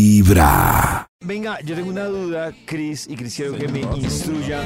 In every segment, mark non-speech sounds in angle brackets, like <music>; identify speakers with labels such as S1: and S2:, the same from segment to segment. S1: Vibra.
S2: Venga, yo tengo una duda, Cris, y Cris quiero que me instruya.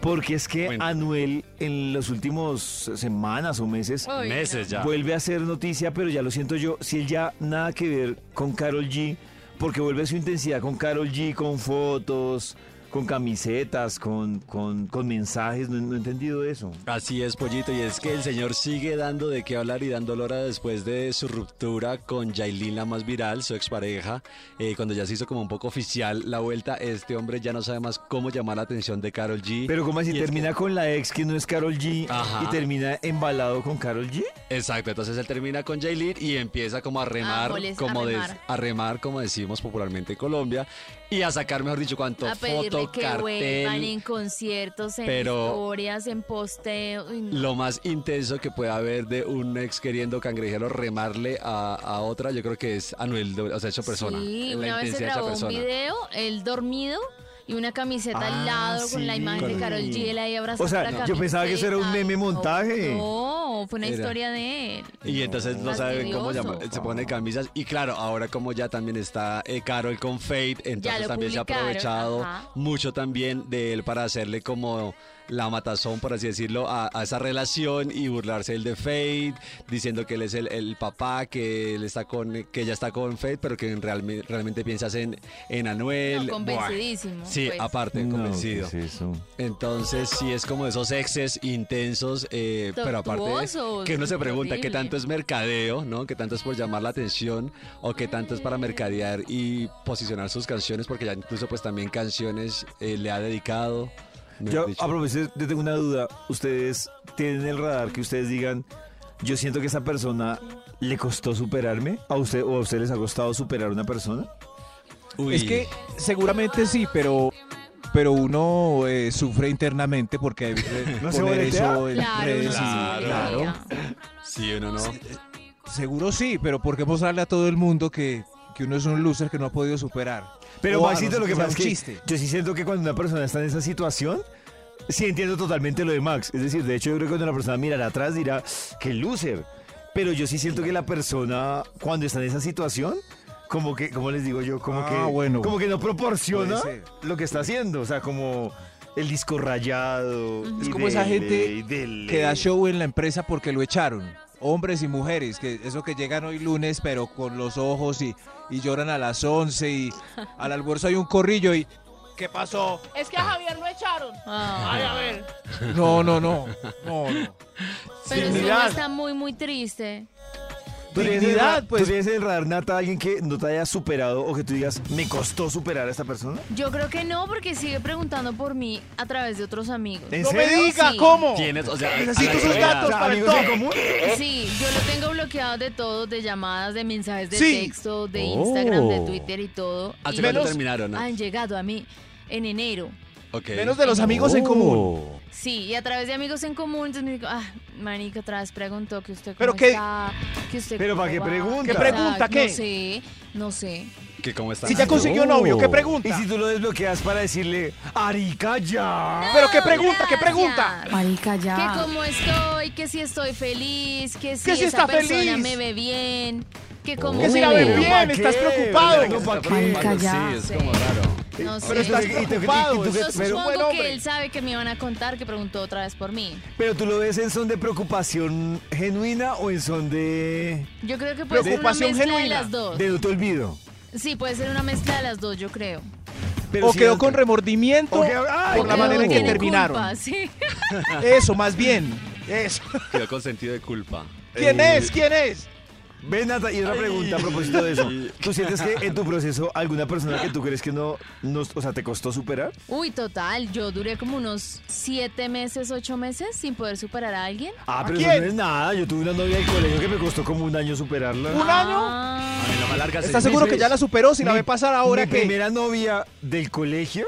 S2: Porque es que Anuel en las últimas semanas o meses
S3: Meses ya.
S2: vuelve a ser noticia, pero ya lo siento yo, si él ya nada que ver con Carol G, porque vuelve a su intensidad con Carol G, con fotos, con camisetas, con, con, con mensajes, no, no he entendido eso.
S3: Así es, pollito, y es que el señor sigue dando de qué hablar y dando lora después de su ruptura con Yailin, la más viral, su expareja. Eh, cuando ya se hizo como un poco oficial la vuelta, este hombre ya no sabe más cómo llamar la atención de Carol G.
S2: Pero como así?
S3: Y es
S2: ¿Termina con la ex que no es Carol G
S3: Ajá.
S2: y termina embalado con Carol G?
S3: Exacto, entonces él termina con Jailin y empieza como a remar,
S4: moles- a
S3: como de-
S4: remar.
S3: a remar, como decimos popularmente en Colombia, y a sacar, mejor dicho, cuanto
S4: A pedirle
S3: foto,
S4: que
S3: cartel,
S4: vuelvan en conciertos, en
S3: pero-
S4: historias, en posteos. Uy, no.
S3: lo más intenso que puede haber de un ex queriendo cangrejero remarle a, a otra, yo creo que es Anuel, o sea, esa persona.
S4: Sí,
S3: la
S4: una vez se
S3: intensidad de esa
S4: grabó un
S3: persona.
S4: video, él dormido y una camiseta
S2: Ah,
S4: al lado
S2: sí.
S4: con la imagen de Carol G. Él ahí abrazando
S2: O sea,
S4: la
S2: yo
S4: camiseta
S2: pensaba que eso era un
S4: y-
S2: meme montaje.
S4: No, fue una
S3: Era.
S4: historia de él.
S3: Y entonces no saben cómo
S4: Fastidioso.
S3: llamar, se pone camisas. Y claro, ahora como ya también está eh, Carol con Fate, entonces
S4: lo
S3: también se ha
S4: publicaron,
S3: aprovechado
S4: ajá.
S3: mucho también de él para hacerle como la matazón, por así decirlo, a, a esa relación y burlarse el de Fate, diciendo que él es el, el papá, que él está con, que ella está con Fate, pero que en realme- realmente piensas en, en Anuel.
S4: No,
S3: Buah.
S4: convencidísimo,
S3: Sí,
S4: pues.
S3: aparte, convencido.
S2: eso?
S3: Entonces sí es como esos exes intensos, eh, pero aparte
S4: Tortuosos,
S3: que uno se pregunta qué
S4: horrible.
S3: tanto es mercadeo, ¿no? Qué tanto es por llamar la atención o qué tanto es para mercadear y posicionar sus canciones, porque ya incluso pues también canciones eh, le ha dedicado. mejor
S2: Yo,
S3: dicho.
S2: a propósito, yo tengo una duda. ¿Ustedes tienen el radar que ustedes digan, yo siento que esa persona le costó superarme? ¿A usted o a usted les ha costado superar una persona?
S3: Uy,
S5: Es que seguramente sí, pero pero uno eh, sufre internamente porque eh,
S2: <laughs> ¿No se
S5: poner
S2: boletea?
S5: eso en
S4: Claro,
S5: redes y-
S4: una
S3: claro.
S4: historia.
S3: sí, uno no.
S5: seguro sí, pero ¿por qué mostrarle a todo el mundo que, que uno es un loser que no ha podido superar?
S2: Pero,
S5: O a
S2: Maxito,
S5: no
S2: lo
S5: ser
S2: que pasa es
S5: sea
S2: que
S5: un chiste.
S2: yo sí siento que cuando una persona está en esa situación, sí entiendo totalmente lo de Max. Es decir, de hecho, yo creo que cuando la persona mirará atrás dirá, qué loser. Pero yo sí siento que la persona, cuando está en esa situación, como que, como les digo yo, como
S5: Ah,
S2: que
S5: bueno.
S2: como que no proporciona
S5: Puede ser.
S2: lo que está haciendo. O sea, como el disco rayado.
S5: Es
S2: y
S5: como esa
S2: dele,
S5: gente
S2: y dele.
S5: Que da show en la empresa porque lo echaron. Hombres y mujeres, que eso que llegan hoy lunes, pero con los ojos y, y lloran a las 11 y al almuerzo hay un corrillo y... ¿Qué pasó?
S6: Es que a Javier lo echaron.
S4: Ah.
S6: Ay, a ver.
S5: No, no, no. No, no.
S4: Pero si uno
S2: Dignidad.
S4: está muy, muy triste.
S2: ¿Tú tienes, el,
S5: Dignidad,
S2: ra-
S5: pues.
S2: ¿Tú tienes el radar, Nata, a alguien que no te haya superado o que tú digas, me costó superar a esta persona?
S4: Yo creo que no, porque sigue preguntando por mí a través de otros amigos.
S2: ¿En
S6: No me
S2: serio?
S6: diga
S4: Sí.
S6: cómo.
S3: Tienes, o sea,
S6: Necesito
S3: a la
S6: sus
S3: idea.
S6: datos. para el
S2: ¿Amigos en
S6: top.
S2: común?
S7: ¿Eh?
S4: Sí, yo lo tengo bloqueado de todo, de llamadas, de mensajes de
S5: Sí.
S4: texto, de
S3: Oh.
S4: Instagram, de Twitter y todo.
S3: ¿Hace
S4: Y
S3: cuánto
S4: ellos
S3: terminaron?
S4: Han llegado a mí en enero.
S3: Ok.
S5: Menos de los amigos en común.
S4: Sí, y a través de amigos en común, entonces me digo, ah, manica, otra vez preguntó que usted cómo
S5: ¿Pero qué-
S4: está, que usted
S2: ¿Pero
S4: cómo
S2: para qué
S4: va,
S2: pregunta?
S6: ¿Qué pregunta, qué?
S4: No sé, no sé.
S3: Que cómo está.
S5: Si ya consiguió novio, ¿qué pregunta?
S2: Y si tú lo desbloqueas para decirle, Arica ya.
S6: Pero qué pregunta, qué pregunta.
S4: Gracias.
S8: Marica, ya.
S4: Que cómo estoy, que si estoy feliz, que si
S6: Que si
S4: esa
S6: está
S4: persona
S6: feliz.
S4: me ve bien, que cómo
S6: Que si la
S4: me
S6: ven
S4: veo.
S6: bien, estás preocupado.
S2: No, ¿pa' qué?
S8: Marica, ya.
S3: Sí, es como raro.
S4: No sé.
S6: Pero estás
S2: Y tú- y tú-
S6: preocupado.
S2: y tú-
S4: Yo
S2: Pero-
S4: supongo
S6: buen
S4: que
S6: hombre.
S4: él sabe que me iban a contar que preguntó otra vez por mí.
S2: Pero tú lo ves en son de preocupación genuina o en son de.
S4: Yo creo que puede ser una
S6: Preocupación
S4: mezcla de
S6: genuina.
S4: las dos.
S2: de no te olvido.
S4: Sí, puede ser una mezcla de las dos, yo creo.
S2: Pero
S5: O
S2: sí
S5: quedó
S2: no-
S5: con remordimiento
S2: O que- ay,
S5: por la
S4: Porque
S5: manera en
S4: uno
S5: que
S4: tiene
S5: terminaron.
S4: culpa, sí.
S5: Eso, más bien. Eso.
S3: Quedó con sentido de culpa.
S5: ¿Quién
S2: Eh,
S5: es? ¿Quién es?
S2: Ven, Nata, y otra
S3: Ay.
S2: pregunta a propósito
S5: <laughs>
S2: de eso. ¿Tú sientes que en tu proceso alguna persona que tú crees que no, no o sea, te costó superar?
S4: Uy, total, yo duré como unos siete meses, ocho meses sin poder superar a alguien.
S2: Ah,
S6: ¿A
S2: pero eso
S6: quién?
S2: no es nada. Yo tuve una novia del colegio que me costó como un año superarla.
S5: ¿Un año?
S4: Ah,
S3: En la más larga
S5: ¿Estás
S3: se-
S5: seguro que ya la superó? Si la
S2: Mi-
S5: ve pasar ahora
S2: mi
S5: que.
S2: primera novia del colegio.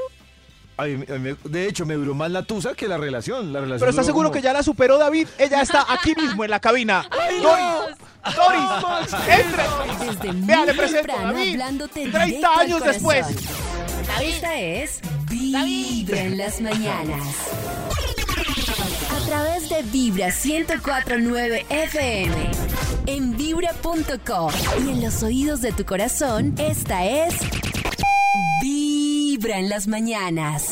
S2: a mí- a mí- de hecho, me duró más la tusa que la relación. La relación
S5: Pero ¿estás
S2: duró
S5: seguro
S2: como-
S5: que ya la superó David? Ella está aquí mismo en la cabina. Doris, Doris, entre.
S8: Desde muy
S5: Vea, le presento a
S8: temprano
S5: David.
S8: hablándote
S5: 30
S8: directo al
S5: años
S8: corazón.
S6: David.
S8: Esta es Vibra en las mañanas. A través de Vibra 104.9 FM. En Vibra.com. Y en los oídos de tu corazón, esta es
S9: Vibra en las mañanas.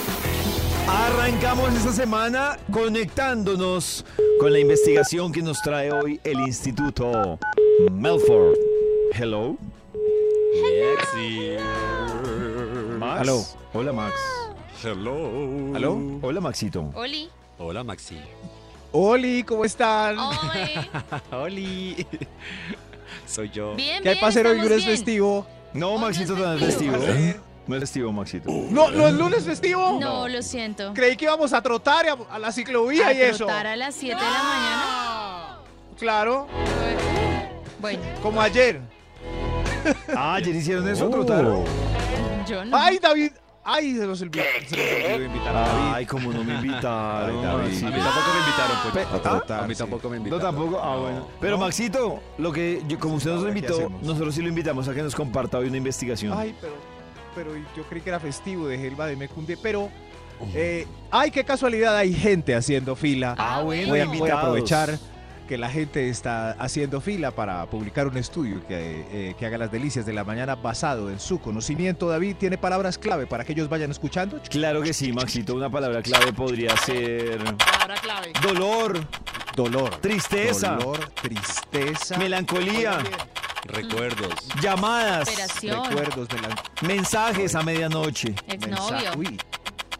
S2: Arrancamos esta semana conectándonos con la investigación que nos trae hoy el Instituto Melford. Hello. Max.
S5: Aló.
S2: Hola, Max.
S3: Hello.
S5: ¿Aló?
S2: Hola, Maxito.
S4: Oli.
S3: Hola, Maxi.
S5: Oli, ¿cómo están? <laughs>
S4: Ole.
S3: Oli. Soy yo.
S4: Bien,
S5: ¿Qué hay
S4: bien,
S5: para hacer hoy
S4: estamos
S5: lunes
S4: bien.
S5: festivo?
S2: No,
S4: Hoy
S2: Maxito,
S4: no
S2: no
S4: es
S2: es festivo.
S5: festivo.
S2: No es festivo, Maxito.
S5: <laughs> ¿Eh? No, no es lunes festivo.
S4: No, lo siento.
S5: Creí que íbamos a trotar y a, a la ciclovía
S4: a
S5: y eso.
S4: trotar a las 7 de la mañana.
S5: Claro,
S4: Bueno,
S5: como ayer.
S2: Ah, ayer hicieron eso,
S3: Oh.
S2: trotaron.
S4: yo no.
S5: Ay, David. Ay, se los olvidó. Se los olvidó invitar a David.
S2: Ay, como no me invitaron.
S3: Ay, David.
S2: Maxito.
S3: A mí tampoco me invitaron, Pocho.
S2: Pe-
S3: A
S2: trotar,
S3: A mí
S2: sí.
S3: tampoco me
S2: No
S3: invitaron.
S2: tampoco. Ah, bueno. Pero Maxito, lo que yo- como usted nos
S5: Ahora, ¿qué
S2: invitó,
S5: hacemos?
S2: nosotros sí lo invitamos a que nos comparta hoy una investigación.
S5: Ay, pero, pero yo creí que era festivo, dejé el Bademecunde, pero... eh, ay, qué casualidad, hay gente haciendo fila.
S2: Ah, bueno,
S5: voy, a, voy a
S2: invitados.
S5: aprovechar que la gente está haciendo fila para publicar un estudio que, eh, que haga las delicias de la mañana basado en su conocimiento. David tiene palabras clave para que ellos vayan escuchando.
S2: Claro que sí, Maxito. Una palabra clave podría ser
S10: Palabra clave.
S2: dolor,
S5: Dolor,
S2: tristeza,
S5: dolor, tristeza,
S2: melancolía,
S3: Recuerdos.
S2: llamadas,
S4: Operación.
S5: recuerdos, melancolía.
S2: mensajes a medianoche,
S4: Exnovio.
S5: Uy,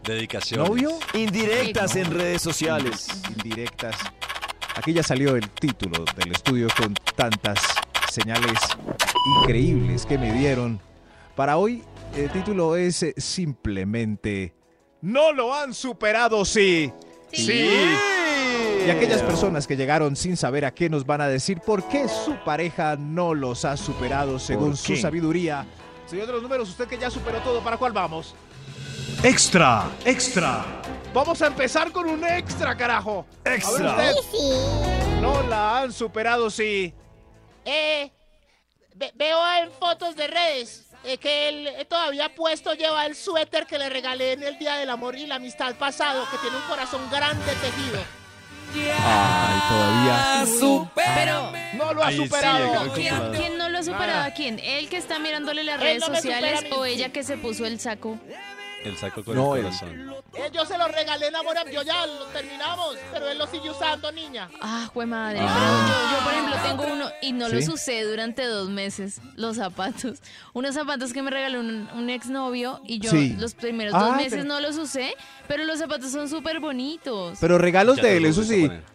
S3: Dedicación.
S5: novio,
S2: indirectas en redes sociales.
S5: indirectas. Aquí ya salió el título del estudio con tantas señales increíbles que me dieron. Para hoy, el título es eh, simplemente No lo han superado, sí.
S4: Sí.
S5: Y aquellas personas que llegaron sin saber a qué nos van a decir por qué su pareja no los ha superado según su
S2: qué?
S5: sabiduría. Señor de los números, usted que ya superó todo, ¿para cuál vamos?
S11: Extra, extra,
S5: Vamos a empezar con un extra, carajo. A ver
S2: Extra.
S5: usted. No la han superado, sí.
S7: Eh, ve- veo en fotos de redes eh, que él eh, todavía puesto lleva el suéter que le regalé en el Día del Amor y la Amistad pasado, que tiene un corazón grande tejido.
S5: Ay, todavía.
S4: Pero,
S5: No lo ha
S3: Ahí sí,
S5: superado.
S3: yo creo que-
S4: Ah, ¿quién no lo ha superado a quién? ¿El que está mirándole las
S7: Él
S4: redes
S7: no me supera
S4: sociales
S7: a mí.
S4: o ella que se puso el saco?
S3: El saco con
S5: No,
S3: el
S5: el-
S3: corazón.
S7: Eh, yo se lo regalé en amor, yo ya lo terminamos, pero él lo sigue usando, niña.
S4: Ah, jue madre. Pero yo, yo, por ejemplo, tengo uno y no los usé durante dos meses, los zapatos. Unos zapatos que me regaló un, un exnovio y yo
S5: Sí.
S4: los primeros
S5: Ah,
S4: dos meses
S5: pero-
S4: no los usé, pero los zapatos son súper bonitos. Pero,
S5: Pero regalos
S3: Ya
S5: de
S3: te
S5: él,
S3: lo
S5: eso
S3: gusta
S5: sí.
S3: poner.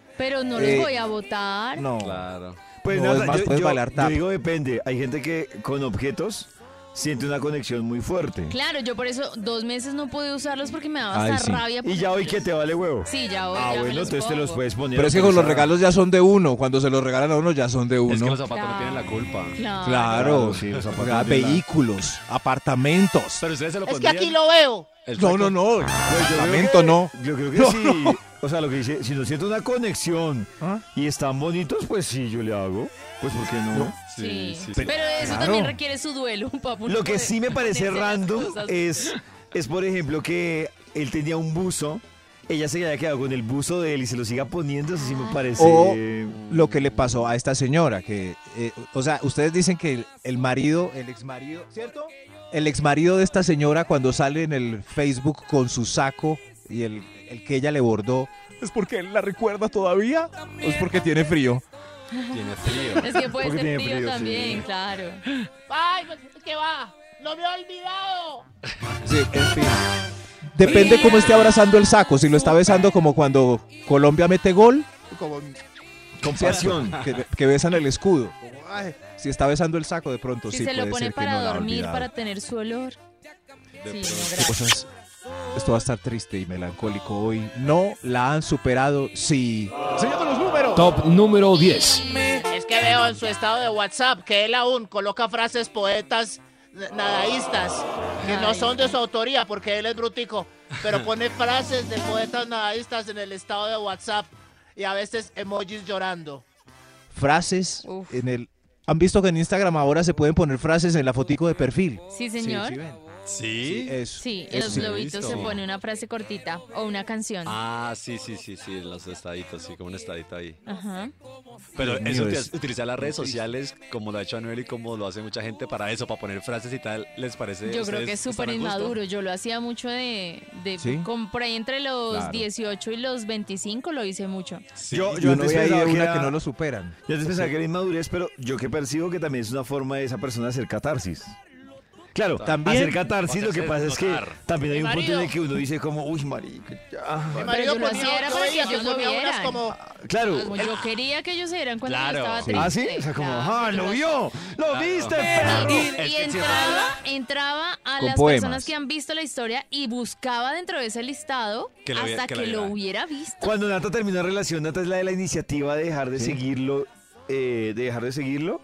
S4: no
S5: Eh,
S4: los voy a botar.
S5: No.
S3: Claro.
S2: Pues
S5: No, es
S2: nada,
S5: más,
S2: yo,
S5: puedes
S2: yo-
S5: bailar
S2: yo
S5: tap.
S2: digo depende. Hay gente que con objetos siente una conexión muy fuerte.
S4: Claro, yo por eso dos meses no pude usarlos porque me daba
S5: Ay,
S4: hasta
S5: sí.
S4: rabia.
S2: Y ya hoy que te vale huevo.
S4: Sí, ya hoy.
S2: Ah,
S4: ya me
S2: bueno,
S4: los
S2: entonces te los
S4: pongo.
S2: puedes poner.
S5: Pero es que con los
S2: actualizados.
S5: regalos ya son de uno. Cuando se los regalan a uno ya son de uno.
S3: Es que los zapatos no tienen la culpa.
S4: Claro.
S5: Claro.
S2: Claro, sí, los zapatos
S5: Ah,
S2: de la-
S5: vehículos, apartamentos.
S3: Pero ustedes se lo
S7: Es que
S3: pondrían.
S7: aquí lo veo.
S3: El
S5: No,
S3: saco-
S5: no, no.
S2: Pues yo creo
S5: Apartamento
S2: que-
S5: no.
S2: Yo creo que
S5: No,
S2: sí.
S5: <laughs>
S2: O sea, lo que dice, si no siento una conexión
S5: ¿Ah?
S2: y están bonitos, pues sí, yo le hago. Pues ¿por qué no?
S4: Sí.
S3: Sí, sí.
S4: Pero eso
S5: Claro.
S4: también requiere su duelo, papu.
S2: Lo que sí me parece random
S4: es
S2: es, es, por ejemplo, que él tenía un buzo, ella se haya quedado con el buzo de él y se lo siga poniendo, eso sí
S4: Ah.
S2: me parece...
S5: O lo que le pasó a esta señora, que, eh, o sea, ustedes dicen que el, el marido, el ex marido, ¿cierto? El ex marido de esta señora cuando sale en el Facebook con su saco y el, el que ella le bordó, ¿es porque él la recuerda todavía? ¿O es porque tiene frío?
S3: Tiene frío.
S4: Es que puede
S2: Porque
S4: ser
S2: tiene
S4: frío
S2: frío, sí.
S4: también, claro.
S7: Ay, pues, ¿qué va? ¡Lo me he olvidado!
S5: Sí, en fin. Depende cómo esté abrazando el saco, si lo está besando como cuando Colombia mete gol, como
S2: compasión.
S5: que, que besan el escudo. Como, ay, si está besando el saco de pronto,
S4: Si
S5: sí
S4: se lo
S5: puede
S4: pone
S5: ser que
S4: para
S5: no la ha
S4: dormir,
S5: olvidado.
S4: para tener su olor. Sí, no,
S5: Qué
S4: gracias.
S5: cosas. Esto va a estar triste y melancólico hoy. No la han superado, sí.
S11: Señor de los números. Top número 10.
S7: Es que veo en su estado de WhatsApp que él aún coloca frases poetas
S12: na- nadaístas, que no
S4: Ay.
S12: son de su autoría porque él es brutico, pero
S4: <laughs>
S12: pone frases de poetas nadaístas en el estado de WhatsApp y a veces emojis llorando.
S5: Frases
S4: Uf.
S5: en el... ¿Han visto que en Instagram ahora se pueden poner frases en la fotico de perfil?
S4: Sí, señor. Sí,
S3: ¿Sí?
S5: Eso.
S4: en
S5: eso
S4: los
S5: sí lo he
S4: globitos
S3: visto.
S4: se pone una frase cortita o una canción.
S3: Ah, sí, sí, sí, sí, en los estaditos, sí, como un estadito ahí.
S4: Ajá.
S3: Pero
S5: Dios
S3: eso,
S5: mío,
S3: uti-
S5: es-
S3: utilizar las redes sociales, como lo ha hecho Anuel y como lo hace mucha gente, para eso, para poner frases y tal, ¿les parece?
S4: Yo creo
S3: ¿Ustedes
S4: que es
S3: están
S4: súper
S3: a gusto?
S4: inmaduro. Yo lo hacía mucho de. de
S5: ¿Sí?
S4: Compré entre los
S5: Claro.
S4: 18 y los 25, lo hice mucho.
S3: Sí.
S2: Yo,
S5: Yo
S2: yo
S5: no
S2: antes
S5: voy a ir
S2: pensaba
S5: a
S2: que,
S5: una
S2: era-
S5: que no lo superan.
S2: yo antes pensaba que era inmadurez, pero yo que percibo que también es una forma de esa persona hacer catarsis. Claro,
S5: También.
S2: hacer catarsis lo que
S3: Hacer
S2: pasa es que
S3: notar.
S2: también hay
S12: Mi
S2: un punto en el
S12: marido.
S2: que uno dice como, uy, marica, ya".
S12: Mi marido
S4: yo lo hacía era
S12: yo
S4: para que
S12: veía
S4: ellos lo
S12: ponía unas
S4: vieran.
S12: como,
S2: Claro.
S4: Como yo quería que ellos se dieran cuenta
S3: Claro.
S4: que estaba
S3: Sí.
S4: triste.
S2: ¿Ah, sí? O sea, como,
S4: Claro.
S2: ¡ah, lo vio! ¡Lo
S3: Claro.
S2: viste,
S3: Pero-
S2: perro!
S4: Y,
S3: Es
S4: y
S3: que sí.
S4: entraba, entraba a
S5: Con
S4: las
S5: poemas.
S4: personas que han visto la historia y buscaba dentro de ese listado
S3: Que lo vi-
S4: hasta
S3: que
S4: que,
S3: lo
S4: lo hubiera
S3: viera.
S4: visto.
S2: Cuando Nata terminó la relación, Nata es la de la iniciativa de dejar de seguirlo, eh, de dejar de seguirlo,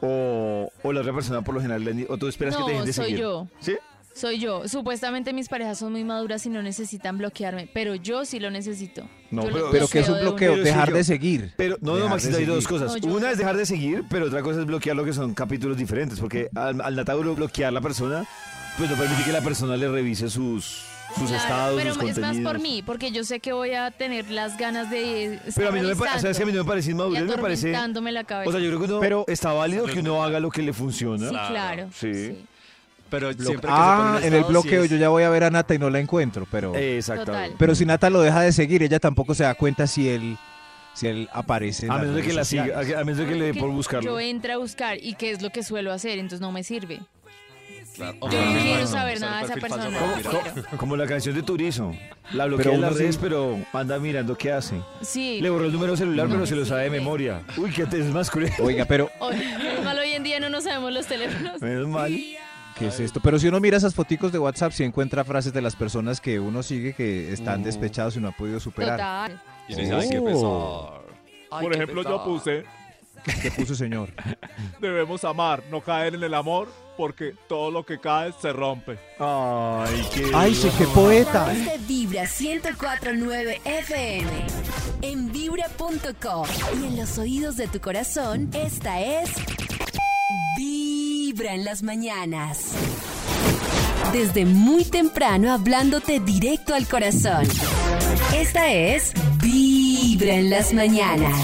S2: o, o la otra persona por lo general, la ni- o tú esperas que te dejen
S4: No,
S2: de
S4: soy
S2: seguir.
S4: yo.
S2: ¿Sí?
S4: Soy yo. Supuestamente mis parejas son muy maduras y no necesitan bloquearme, pero yo sí lo necesito.
S2: No,
S4: Yo lo
S2: pero-
S5: Pero que es un
S4: de una.
S5: bloqueo,
S2: Pero sí,
S5: dejar
S2: yo-
S5: de seguir.
S2: Pero no, no,
S5: Dejar
S2: Maxito,
S5: de
S2: hay dos
S5: seguir.
S2: cosas.
S4: No, yo-
S2: Una es dejar de seguir, pero otra cosa es bloquear lo que son capítulos diferentes, porque al, al Nata blo- bloquear la persona, pues no permite que la persona le revise sus, sus
S4: Claro,
S2: estados,
S4: pero
S2: sus
S4: es
S2: contenidos.
S4: más por mí, porque yo sé que voy a tener las ganas de estar
S2: Pero a mí no me parece,
S4: revisando
S2: o sea, es que a mí no me parece
S4: y
S2: inmadurez, me parece...
S4: atormentándome la cabeza.
S2: O sea, yo creo que uno
S5: Pero-
S2: está válido que uno haga lo que le funciona.
S4: sí, claro.
S2: Sí.
S3: Pero siempre que
S5: Ah,
S3: se pone
S5: en el
S3: estado, sí
S5: bloqueo
S3: es-
S5: yo ya voy a ver a Nata y no la encuentro, pero...
S2: Exactamente.
S5: Pero si Nata lo deja de seguir, ella tampoco se da cuenta si él, si él aparece. en
S2: A
S5: las
S2: menos de que
S5: redes
S2: la
S5: sociales.
S2: siga, a- a menos de que le dé por buscarlo.
S4: Yo entro a buscar y qué es lo que suelo hacer, entonces no me sirve.
S3: Claro.
S4: Yo no
S3: Perfil
S4: quiero
S3: falso,
S4: saber
S3: usar
S4: nada de esa
S3: perfil falso
S4: persona.
S3: para
S4: no
S3: mirar.
S4: quiero.
S2: Como la canción de Turizo. La
S5: Pero
S2: bloquea en las
S5: uno
S2: redes,
S5: sí-
S2: pero anda mirando qué hace.
S4: Sí.
S2: Le borró el número celular, pero se lo
S4: Sí,
S2: sabe de
S4: sí.
S2: memoria. Uy, qué te es más cruel.
S5: Oiga, pero
S4: Hoy, <laughs> menos mal hoy en día no nos sabemos
S2: <laughs>
S4: los teléfonos. <laughs>
S2: Menos mal.
S5: ¿qué es esto? Pero si uno mira esas foticos de WhatsApp, si encuentra frases de las personas que uno sigue que están despechados y no ha podido superar.
S4: Total.
S3: Mm. Y no sabe qué
S5: Oh.
S3: pensar.
S13: Por ejemplo, yo puse,
S5: ¿Qué puso señor?
S13: debemos amar, no caer en el amor, porque todo lo que cae se rompe.
S2: Ay, qué.
S5: Ay, sí, qué poeta.
S8: Sabores de Vibra 104.9 FM. En vibra.com y en los oídos de tu corazón, esta es Vibra en las mañanas. Desde muy temprano hablándote directo al corazón. Esta es Vibra en las mañanas.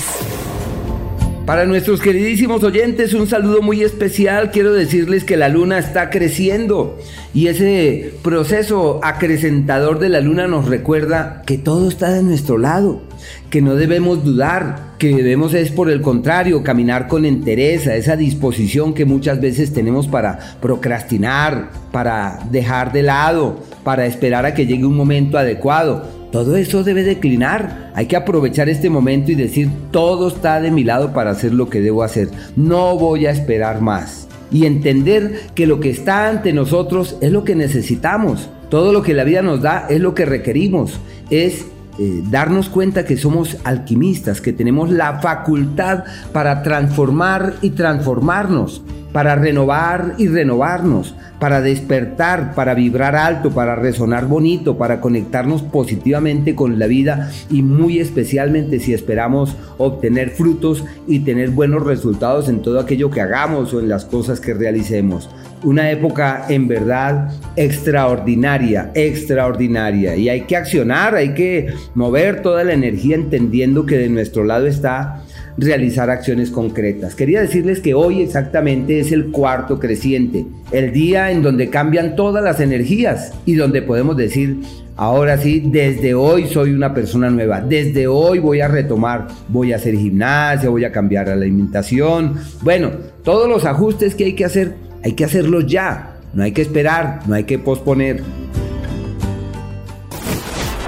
S14: Para nuestros queridísimos oyentes, un saludo muy especial. Quiero decirles que la luna está creciendo y ese proceso acrecentador de la luna nos recuerda que todo está de nuestro lado, que no debemos dudar, que debemos es por el contrario caminar con entereza, esa disposición que muchas veces tenemos para procrastinar, para dejar de lado, para esperar a que llegue un momento adecuado. Todo eso debe declinar. Hay que aprovechar este momento y decir, todo está de mi lado para hacer lo que debo hacer. No voy a esperar más. Y entender que lo que está ante nosotros es lo que necesitamos. Todo lo que la vida nos da es lo que requerimos. Es eh, darnos cuenta que somos alquimistas, que tenemos la facultad para transformar y transformarnos, para renovar y renovarnos, para despertar, para vibrar alto, para resonar bonito, para conectarnos positivamente con la vida y muy especialmente si esperamos obtener frutos y tener buenos resultados en todo aquello que hagamos o en las cosas que realicemos. Una época en verdad extraordinaria, extraordinaria. Y hay que accionar, hay que mover toda la energía entendiendo que de nuestro lado está realizar acciones concretas. Quería decirles que hoy exactamente es el cuarto creciente, el día en donde cambian todas las energías y donde podemos decir, ahora sí, desde hoy soy una persona nueva, desde hoy voy a retomar, voy a hacer gimnasia, voy a cambiar la alimentación, bueno, todos los ajustes que hay que hacer, hay que hacerlos ya, no hay que esperar, no hay que posponer.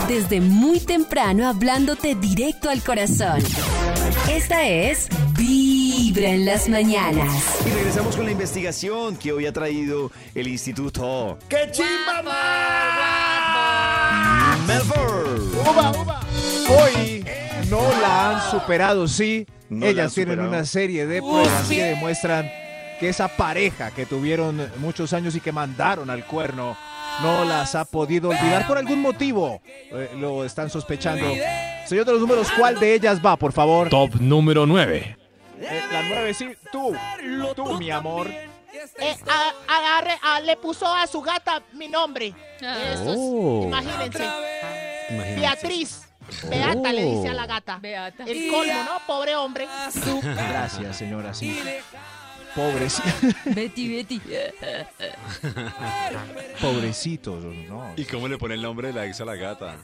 S8: Desde muy temprano hablándote directo al corazón. Esta es Vibra en las mañanas.
S2: Y regresamos con la investigación que hoy ha traído el Instituto
S12: ¡Qué chimba
S2: Melbourne.
S12: ¡Uba, uba!
S5: Hoy no la han superado, sí.
S2: Ah. No la han
S5: Ellas tienen
S2: superado.
S5: una serie de pruebas que demuestran que esa pareja que tuvieron muchos años y que mandaron al cuerno no las ha podido olvidar por algún motivo. Eh, lo están sospechando. Señor de los números, ¿cuál de ellas va, por favor?
S15: Top número 9.
S5: Eh, la nueve, sí. Tú, tú, mi amor.
S12: Eh, a- agarre- a- le puso a su gata mi nombre. Eso es-
S5: Oh.
S12: imagínense.
S3: Imagínense.
S12: Beatriz. Beata le dice a la gata. El colmo, ¿no? Pobre hombre.
S5: Gracias, señora. Sí. Pobres.
S4: Betty, Betty.
S5: <laughs> Pobrecitos, no.
S3: ¿Y cómo le pone el nombre de la ex a la gata?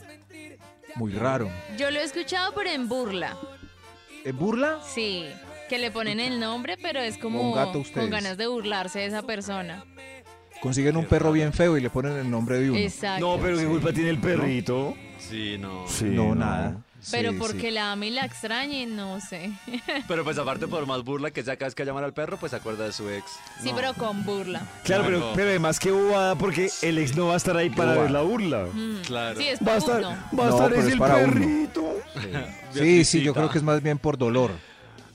S5: Muy raro.
S4: Yo lo he escuchado, pero en burla.
S5: ¿En burla?
S4: Sí. Que le ponen el nombre, pero es como
S5: Con gato ustedes.
S4: con ganas de burlarse de esa persona.
S5: Consiguen un perro bien feo y le ponen el nombre de uno.
S4: Exacto. No,
S2: pero ¿qué culpa tiene el perrito?
S3: Sí, no.
S5: no, nada.
S4: Pero
S3: Sí,
S4: porque
S3: sí.
S4: la ama y la extrañe, no sé. <laughs>
S3: Pero pues aparte, por más burla que sea cada vez que llamar al perro, pues se acuerda de su ex.
S4: Sí, pero con burla.
S2: Claro, pero,
S3: Claro.
S2: pero además qué bobada porque el ex no va a estar ahí para ver la burla.
S4: Mm.
S3: Claro.
S4: Sí, es
S2: Va a
S4: para
S2: estar,
S4: uno.
S2: va a
S5: No,
S2: estar
S5: pero
S2: es
S5: es
S2: el
S5: para uno.
S2: perrito.
S5: Sí, sí, yo creo que es más bien por dolor.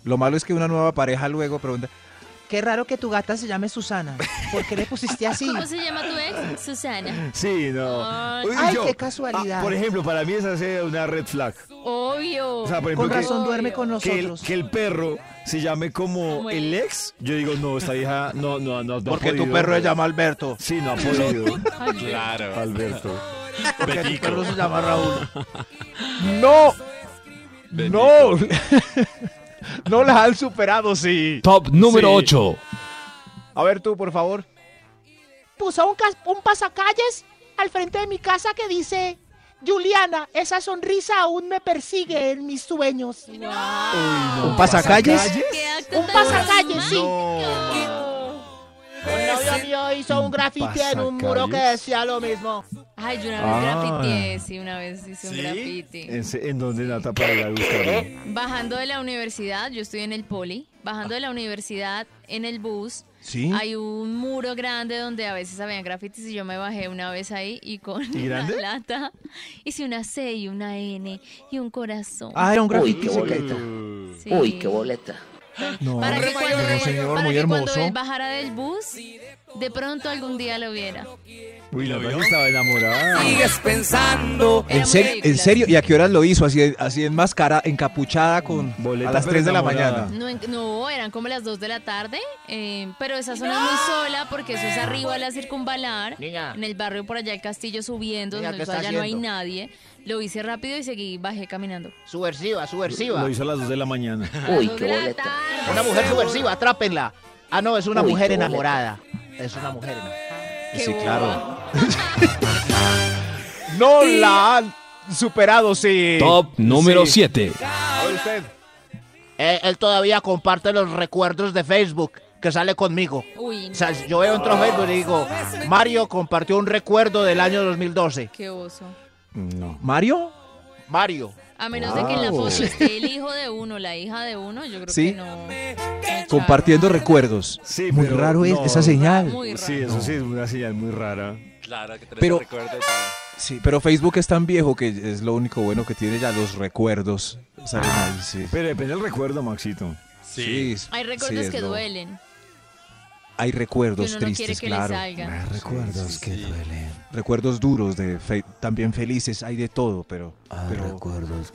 S5: Lo malo es que una nueva pareja luego pregunta,
S7: Qué raro que tu gata se llame Susana. ¿Por qué
S4: <laughs>
S7: le pusiste así?
S4: ¿Cómo se llama tu ex? Susana.
S2: Sí, no.
S4: Ay.
S2: Oye,
S4: Ay,
S2: yo,
S4: qué casualidad.
S2: ah, por ejemplo, para mí esa es una red flag.
S4: Obvio.
S2: O sea, por ejemplo, que- que el,
S4: nosotros.
S2: que el perro se llame como el ex, yo digo, no, esta hija no, no, no, no ha
S5: Porque tu
S2: podido.
S5: perro se llama Alberto.
S2: Sí, no ha
S4: <laughs>
S2: podido.
S3: claro.
S2: Alberto.
S5: Porque tu perro se
S2: <laughs>
S5: llama Raúl.
S13: ¡No!
S5: ¡No! <laughs> no las han superado, sí.
S15: Top número
S5: Sí.
S15: 8.
S5: A ver tú, por favor.
S12: Puso un, cas- un pasacalles al frente de mi casa que dice. Juliana, esa sonrisa aún me persigue en mis sueños.
S5: ¿Un pasacalles?
S12: Un pasacalles, sí. Un novio mío hizo un
S2: Ah,
S12: graffiti en un muro que
S2: pasacalles.
S12: decía lo mismo.
S4: Ay, yo una vez
S2: Ah.
S4: grafiteé, sí, una vez hice un graffiti.
S2: ¿En, se- en dónde Nata para ir a buscarlo?
S4: Bajando de la universidad, yo estoy en el poli, bajando de la universidad en el bus,
S2: Sí.
S4: hay un muro grande donde a veces habían grafitis y yo me bajé una vez ahí y con
S2: ¿Y
S4: una
S2: grande?
S4: lata hice una C y una N y un corazón.
S7: Ah, era un grafiti.
S4: Uy,
S7: secreto.
S4: Sí.
S7: Uy, qué boleta.
S5: No,
S4: Para que cuando,
S5: no,
S4: él,
S5: señor,
S4: para
S5: muy
S4: que cuando
S5: hermoso.
S4: él bajara del bus, de pronto algún día lo viera.
S2: Uy, la verdad estaba enamorada.
S4: Sigues
S2: pensando.
S5: ¿En, serio? ¿En serio? ¿Y a qué horas lo hizo? Así, así en máscara, encapuchada con a las
S2: pero
S5: 3 de la
S2: enamorada.
S5: mañana.
S4: No, en- no, eran como las 2 de la tarde, eh, pero esa zona es muy sola porque eso es arriba de la circunvalar,
S7: Niña.
S4: en el barrio por allá el castillo subiendo,
S7: Niña,
S4: donde
S7: ¿qué
S4: eso
S7: está
S4: allá no hay
S7: haciendo?
S4: nadie. Lo hice rápido y seguí, bajé caminando.
S12: Subversiva, subversiva.
S2: Lo hizo a las 2 de la mañana.
S12: Uy, qué boleta. Una mujer subversiva, atrápenla. Ah, no, es una
S7: Uy,
S12: mujer
S7: qué boleta.
S12: enamorada. Es una mujer enamorada.
S5: Sí, claro. <laughs> no la han superado, sí.
S15: Top número
S5: Sí.
S15: 7.
S12: Eh, él todavía comparte los recuerdos de Facebook que sale conmigo.
S4: Uy,
S12: O sea, yo veo otro Facebook y digo, Mario compartió un recuerdo del año 2012.
S4: qué oso.
S5: ¿Mario?
S12: Mario.
S4: A menos de que
S2: Ah.
S4: en la
S5: Wow.
S4: foto esté el hijo de uno, la hija de uno, yo creo
S5: Sí.
S4: que no.
S5: Compartiendo recuerdos.
S2: Sí,
S5: muy
S2: pero
S5: raro es
S2: no.
S5: esa señal.
S2: Sí, eso sí es una señal muy rara.
S3: Claro, que te
S5: Pero-
S3: recuerda.
S5: Sí, pero Facebook es tan viejo que es lo único bueno que tiene ya los recuerdos. salen ahí, sí.
S2: Ah, Pero depende del recuerdo, Maxito.
S5: Sí.
S4: Hay
S5: sí,
S4: recuerdos
S5: es
S4: que
S5: lo-
S4: duelen.
S5: Hay recuerdos
S4: Que uno no quiere
S5: tristes,
S4: que le
S5: claro.
S4: salgan.
S5: Hay recuerdos que duelen. Recuerdos duros, de fe- también felices, hay de todo, pero. pero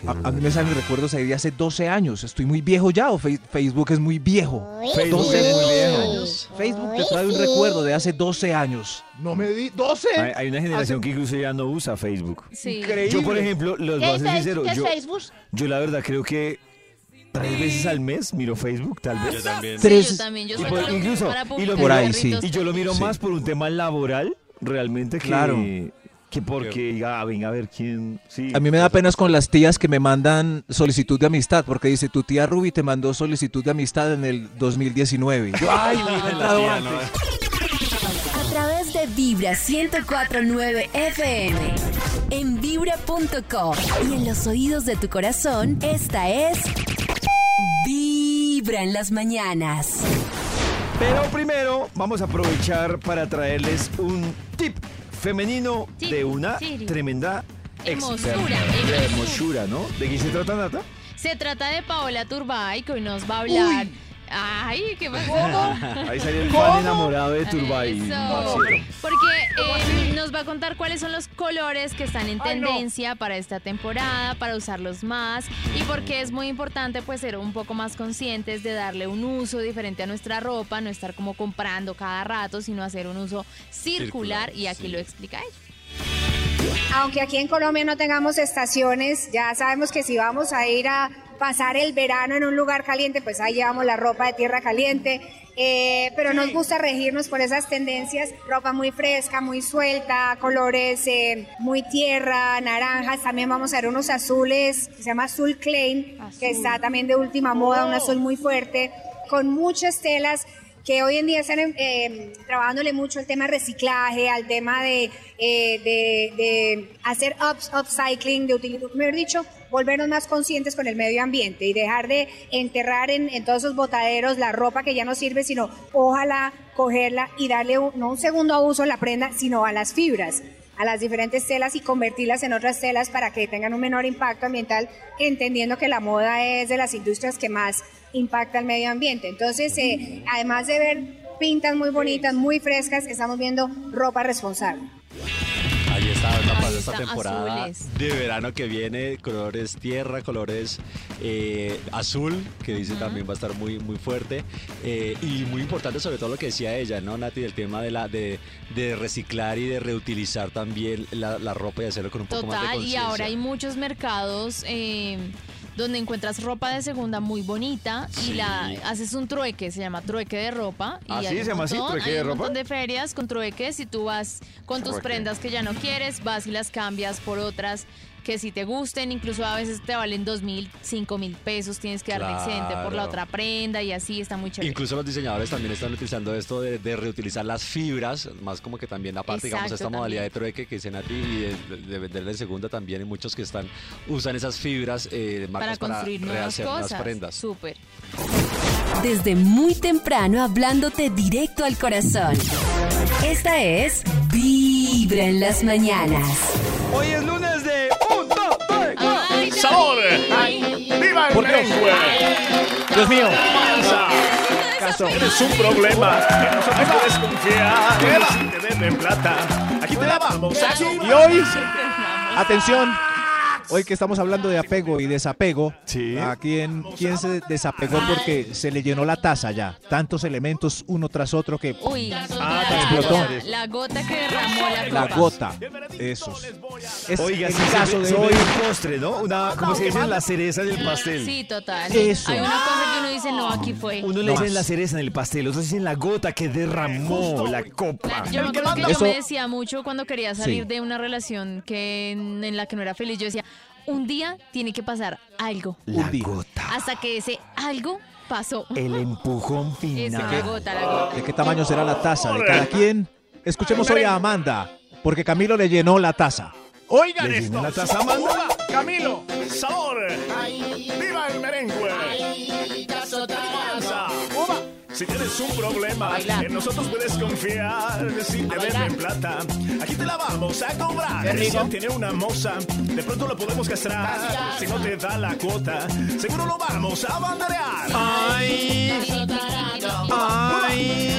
S5: a, a mí me salen recuerdos ahí de hace 12 años. Estoy muy viejo ya o fe- Facebook es muy viejo.
S2: Facebook es muy viejo.
S5: Facebook te trae un recuerdo de hace 12 años. No me di.
S2: Hay,
S5: ¿12?
S2: hay una generación que incluso ya no usa Facebook.
S4: Sí.
S2: Yo, por ejemplo, los voy a ser sincero. Yo,
S12: Facebook?
S2: yo la verdad creo que tres veces al mes miro Facebook, tal vez.
S3: Yo también.
S4: Sí, yo también, yo
S2: Y
S4: solo
S2: por-
S4: lo uso
S2: incluso,
S4: para
S2: y
S4: publicar
S2: lo,
S5: Por ahí, sí.
S4: carritos
S2: y yo lo miro
S5: Sí.
S2: más por un tema laboral, realmente, que,
S5: Claro.
S2: que porque diga, ah, venga a ver quién. Sí,
S5: A mí me da penas con las tías que me mandan solicitud de amistad, porque dice, tu tía Ruby te mandó solicitud de amistad en el 2019. Y yo, Ay, me hubiera entrado antes.
S8: A través de Vibra 104.9 FM. En vibra.com. Y en los oídos de tu corazón, esta es... Vibra en las mañanas.
S2: Pero primero vamos a aprovechar para traerles un tip femenino
S4: Sí,
S2: de una
S4: sí.
S2: tremenda
S4: Hermosura,
S2: experta.
S4: hermosura.
S2: De hermosura, ¿no? ¿De qué se trata, Nata?
S4: Se trata de Paola Turbay, que hoy nos va a hablar Ay, qué pasó. <laughs>
S3: <laughs>
S2: Ahí salió el fan enamorado de Turbay.
S4: Eso.
S2: Maxito.
S4: Porque eh, nos va a contar cuáles son los colores que están en tendencia para esta temporada, para usarlos más y porque es muy importante pues ser un poco más conscientes de darle un uso diferente a nuestra ropa, no estar como comprando cada rato, sino hacer un uso circular,
S16: Circular,
S4: y aquí
S16: sí.
S4: lo explica ella.
S16: Aunque aquí en Colombia no tengamos estaciones, ya sabemos que si vamos a ir a pasar el verano en un lugar caliente, pues ahí llevamos la ropa de tierra caliente. Eh, pero nos gusta regirnos por esas tendencias, ropa muy fresca, muy suelta, colores eh, muy tierra, naranjas, también vamos a ver unos azules, que se llama azul Klein, que está también de última moda, un azul muy fuerte, con muchas telas que hoy en día están eh, trabajándole mucho al tema de reciclaje, al tema de, eh, de- de hacer ups, upcycling, de utilizar, mejor dicho, volvernos más conscientes con el medio ambiente y dejar de enterrar en, en todos esos botaderos la ropa que ya no sirve, sino ojalá cogerla y darle un- no un segundo uso a la prenda, sino a las fibras a las diferentes telas y convertirlas en otras telas para que tengan un menor impacto ambiental, entendiendo que la moda es de las industrias que más impacta al medio ambiente. Entonces, eh, además de ver pintas muy bonitas, muy frescas, estamos viendo ropa responsable.
S3: Ahí está, está
S16: Ahí
S3: pasando esta
S16: está,
S3: temporada
S16: azules.
S3: de verano que viene, colores tierra, colores eh, azul, que dice también va a estar muy, muy fuerte. eh, y muy importante sobre todo lo que decía ella, ¿no, Nati? Del tema de, la, de, de reciclar y de reutilizar también la, la ropa y hacerlo con un poco más de
S4: Total, y
S3: conciencia.
S4: ahora hay muchos mercados eh, donde encuentras ropa de segunda muy bonita y
S3: Sí.
S4: la haces un trueque, se llama trueque de ropa. y
S2: ¿Ah,
S4: hay
S2: sí?
S4: un
S2: ¿Se llama así,
S4: montón-
S2: trueque
S4: hay
S2: de
S4: un
S2: ropa?
S4: montón de ferias con trueques y tú vas con tus
S2: Trueque.
S4: prendas que ya no quieres, vas y las cambias por otras que si te gusten, incluso a veces te valen dos mil, cinco mil pesos, tienes que dar un excedente por la
S3: Claro.
S4: otra prenda y así está muy chévere.
S3: Incluso los diseñadores también están utilizando esto de, de reutilizar las fibras, más como que también aparte, digamos,
S4: Exacto,
S3: esta modalidad de trueque que dicen a ti y de, de venderle en segunda también, hay muchos que están usan esas fibras eh,
S4: para
S3: marcas para,
S4: construir nuevas
S3: rehacer
S4: cosas.
S3: las prendas.
S4: Súper.
S8: Desde muy temprano hablándote directo al corazón. Esta es Vibra en las mañanas.
S2: Hoy es lunes de
S7: ¡Sabor! ¡Viva el
S8: Por Dios.
S7: merengue!
S2: Dios mío.
S7: Eres un problema que no sabes desconfiar.
S17: Eva.
S7: Si te deben plata, aquí te la vamos a
S18: Y hoy, atención, hoy que estamos hablando de apego y desapego, ¿a quién, quién se desapegó porque se le llenó la taza ya? Tantos elementos uno tras otro que
S4: Uy,
S18: Ah,
S4: la,
S18: explotó.
S4: gota, la gota que derramó la copa.
S18: la gota. Esos. Es
S2: Oiga,
S18: el
S2: sí, se
S18: caso
S2: ve-
S18: de
S2: se ve
S18: hoy.
S2: el postre, ¿no? Una, ¿cómo se dice? La cereza del pastel.
S4: Ah, Sí, total.
S2: Eso.
S4: Hay una cosa que uno dice, no, aquí fue.
S2: Uno le dicen la cereza en el pastel, otros dicen la gota que derramó la copa.
S4: Yo me acuerdo que yo
S2: Eso-
S4: me decía mucho cuando quería salir
S2: Sí.
S4: de una relación que en, en la que no era feliz. Yo decía, un día tiene que pasar algo.
S2: La Eh. gota.
S4: Hasta que ese algo pasó.
S2: El
S4: <laughs>
S2: empujón final.
S4: Eso, la gota, la gota.
S18: ¿De qué tamaño será la taza de cada quien? Escuchemos hoy a Amanda, porque Camilo le llenó la taza.
S7: Oigan
S18: ¿Le
S7: esto.
S18: llenó la taza, Amanda?
S7: Hola, Camilo, sabor. Viva el merengue. Taza. Si tienes un problema, en nosotros puedes confiar. Si te deben plata, aquí te la vamos a
S5: Qué
S7: cobrar. Si
S5: rico.
S7: él tiene una moza, de pronto lo podemos castrar. Si no te da la cuota, seguro lo vamos a banderear.
S5: Ay.
S7: Ay.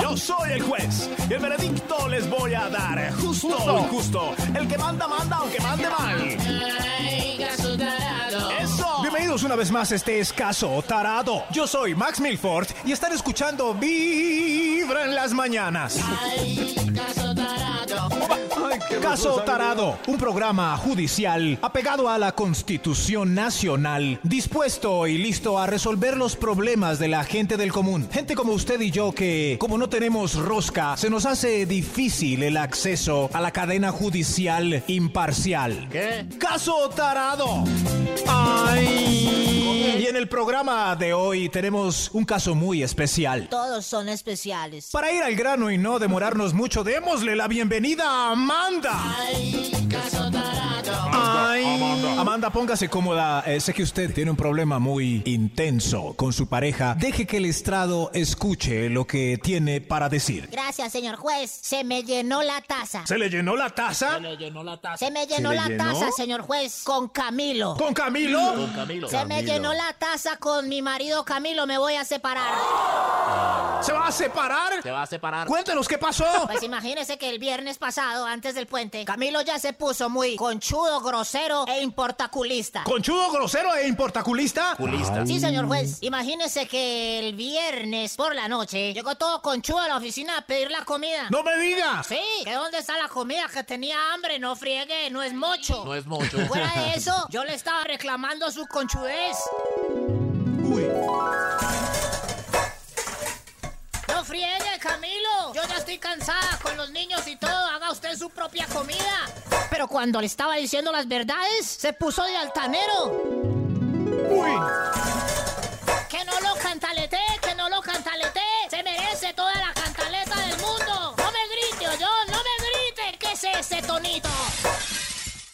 S7: Yo soy el juez y el veredicto les voy a dar. Justo
S5: Justo.
S7: o injusto. El que manda, manda, aunque mande mal. Eso.
S5: Bienvenidos una vez más a este escaso tarado. Yo soy Max Milford y están escuchando Vibra en las mañanas. Caso Tarado, un programa judicial apegado a la Constitución Nacional, dispuesto y listo a resolver los problemas de la gente del común. Gente como usted y yo que, como no tenemos rosca, se nos hace difícil el acceso a la cadena judicial imparcial. ¿Qué? Caso Tarado. Ay. Y en el programa de hoy tenemos un caso muy especial.
S19: Todos son especiales.
S5: Para ir al grano y no demorarnos mucho, démosle la bienvenida a Amanda. Ay, Amanda, póngase cómoda. Eh, sé que usted tiene un problema muy intenso con su pareja. Deje que el estrado escuche lo que tiene para decir.
S19: Gracias, señor juez. Se me llenó la taza.
S5: ¿Se le llenó la taza?
S19: le llenó la taza. Se me
S5: ¿Se
S19: llenó
S5: le
S19: la
S5: llenó?
S19: taza, señor juez, con Camilo.
S5: ¿Con Camilo? Con
S19: Camilo.
S5: Camilo.
S19: Se me
S5: Camilo.
S19: llenó la taza con mi marido Camilo. Me voy a separar.
S5: ¿Se va a separar?
S20: Se va a separar.
S5: Cuéntenos qué pasó.
S19: Pues imagínese que el viernes pasado, antes del puente, Camilo ya se puso muy conchudo, grosero e importaculista.
S5: ¿Conchudo, grosero e importaculista?
S19: Sí, señor juez. Imagínese que el viernes por la noche llegó todo conchudo a la oficina a pedir la comida.
S5: ¡No me digas!
S19: Sí, ¿que dónde está la comida? Que tenía hambre, no friegue, no es mocho.
S20: No es mucho.
S4: <laughs>
S19: <laughs> Fuera de
S20: <laughs>
S19: eso, yo le estaba reclamando su conchudez. No friegue, Camilo. Yo ya estoy cansada con los niños y todo. Haga usted su propia comida. Pero cuando le estaba diciendo las verdades, se puso de altanero. Que no lo cantalete, que no lo cantalete. Se merece toda la cantaleta del mundo. No me grite, yo, no me grite. ¿Qué es ese tonito?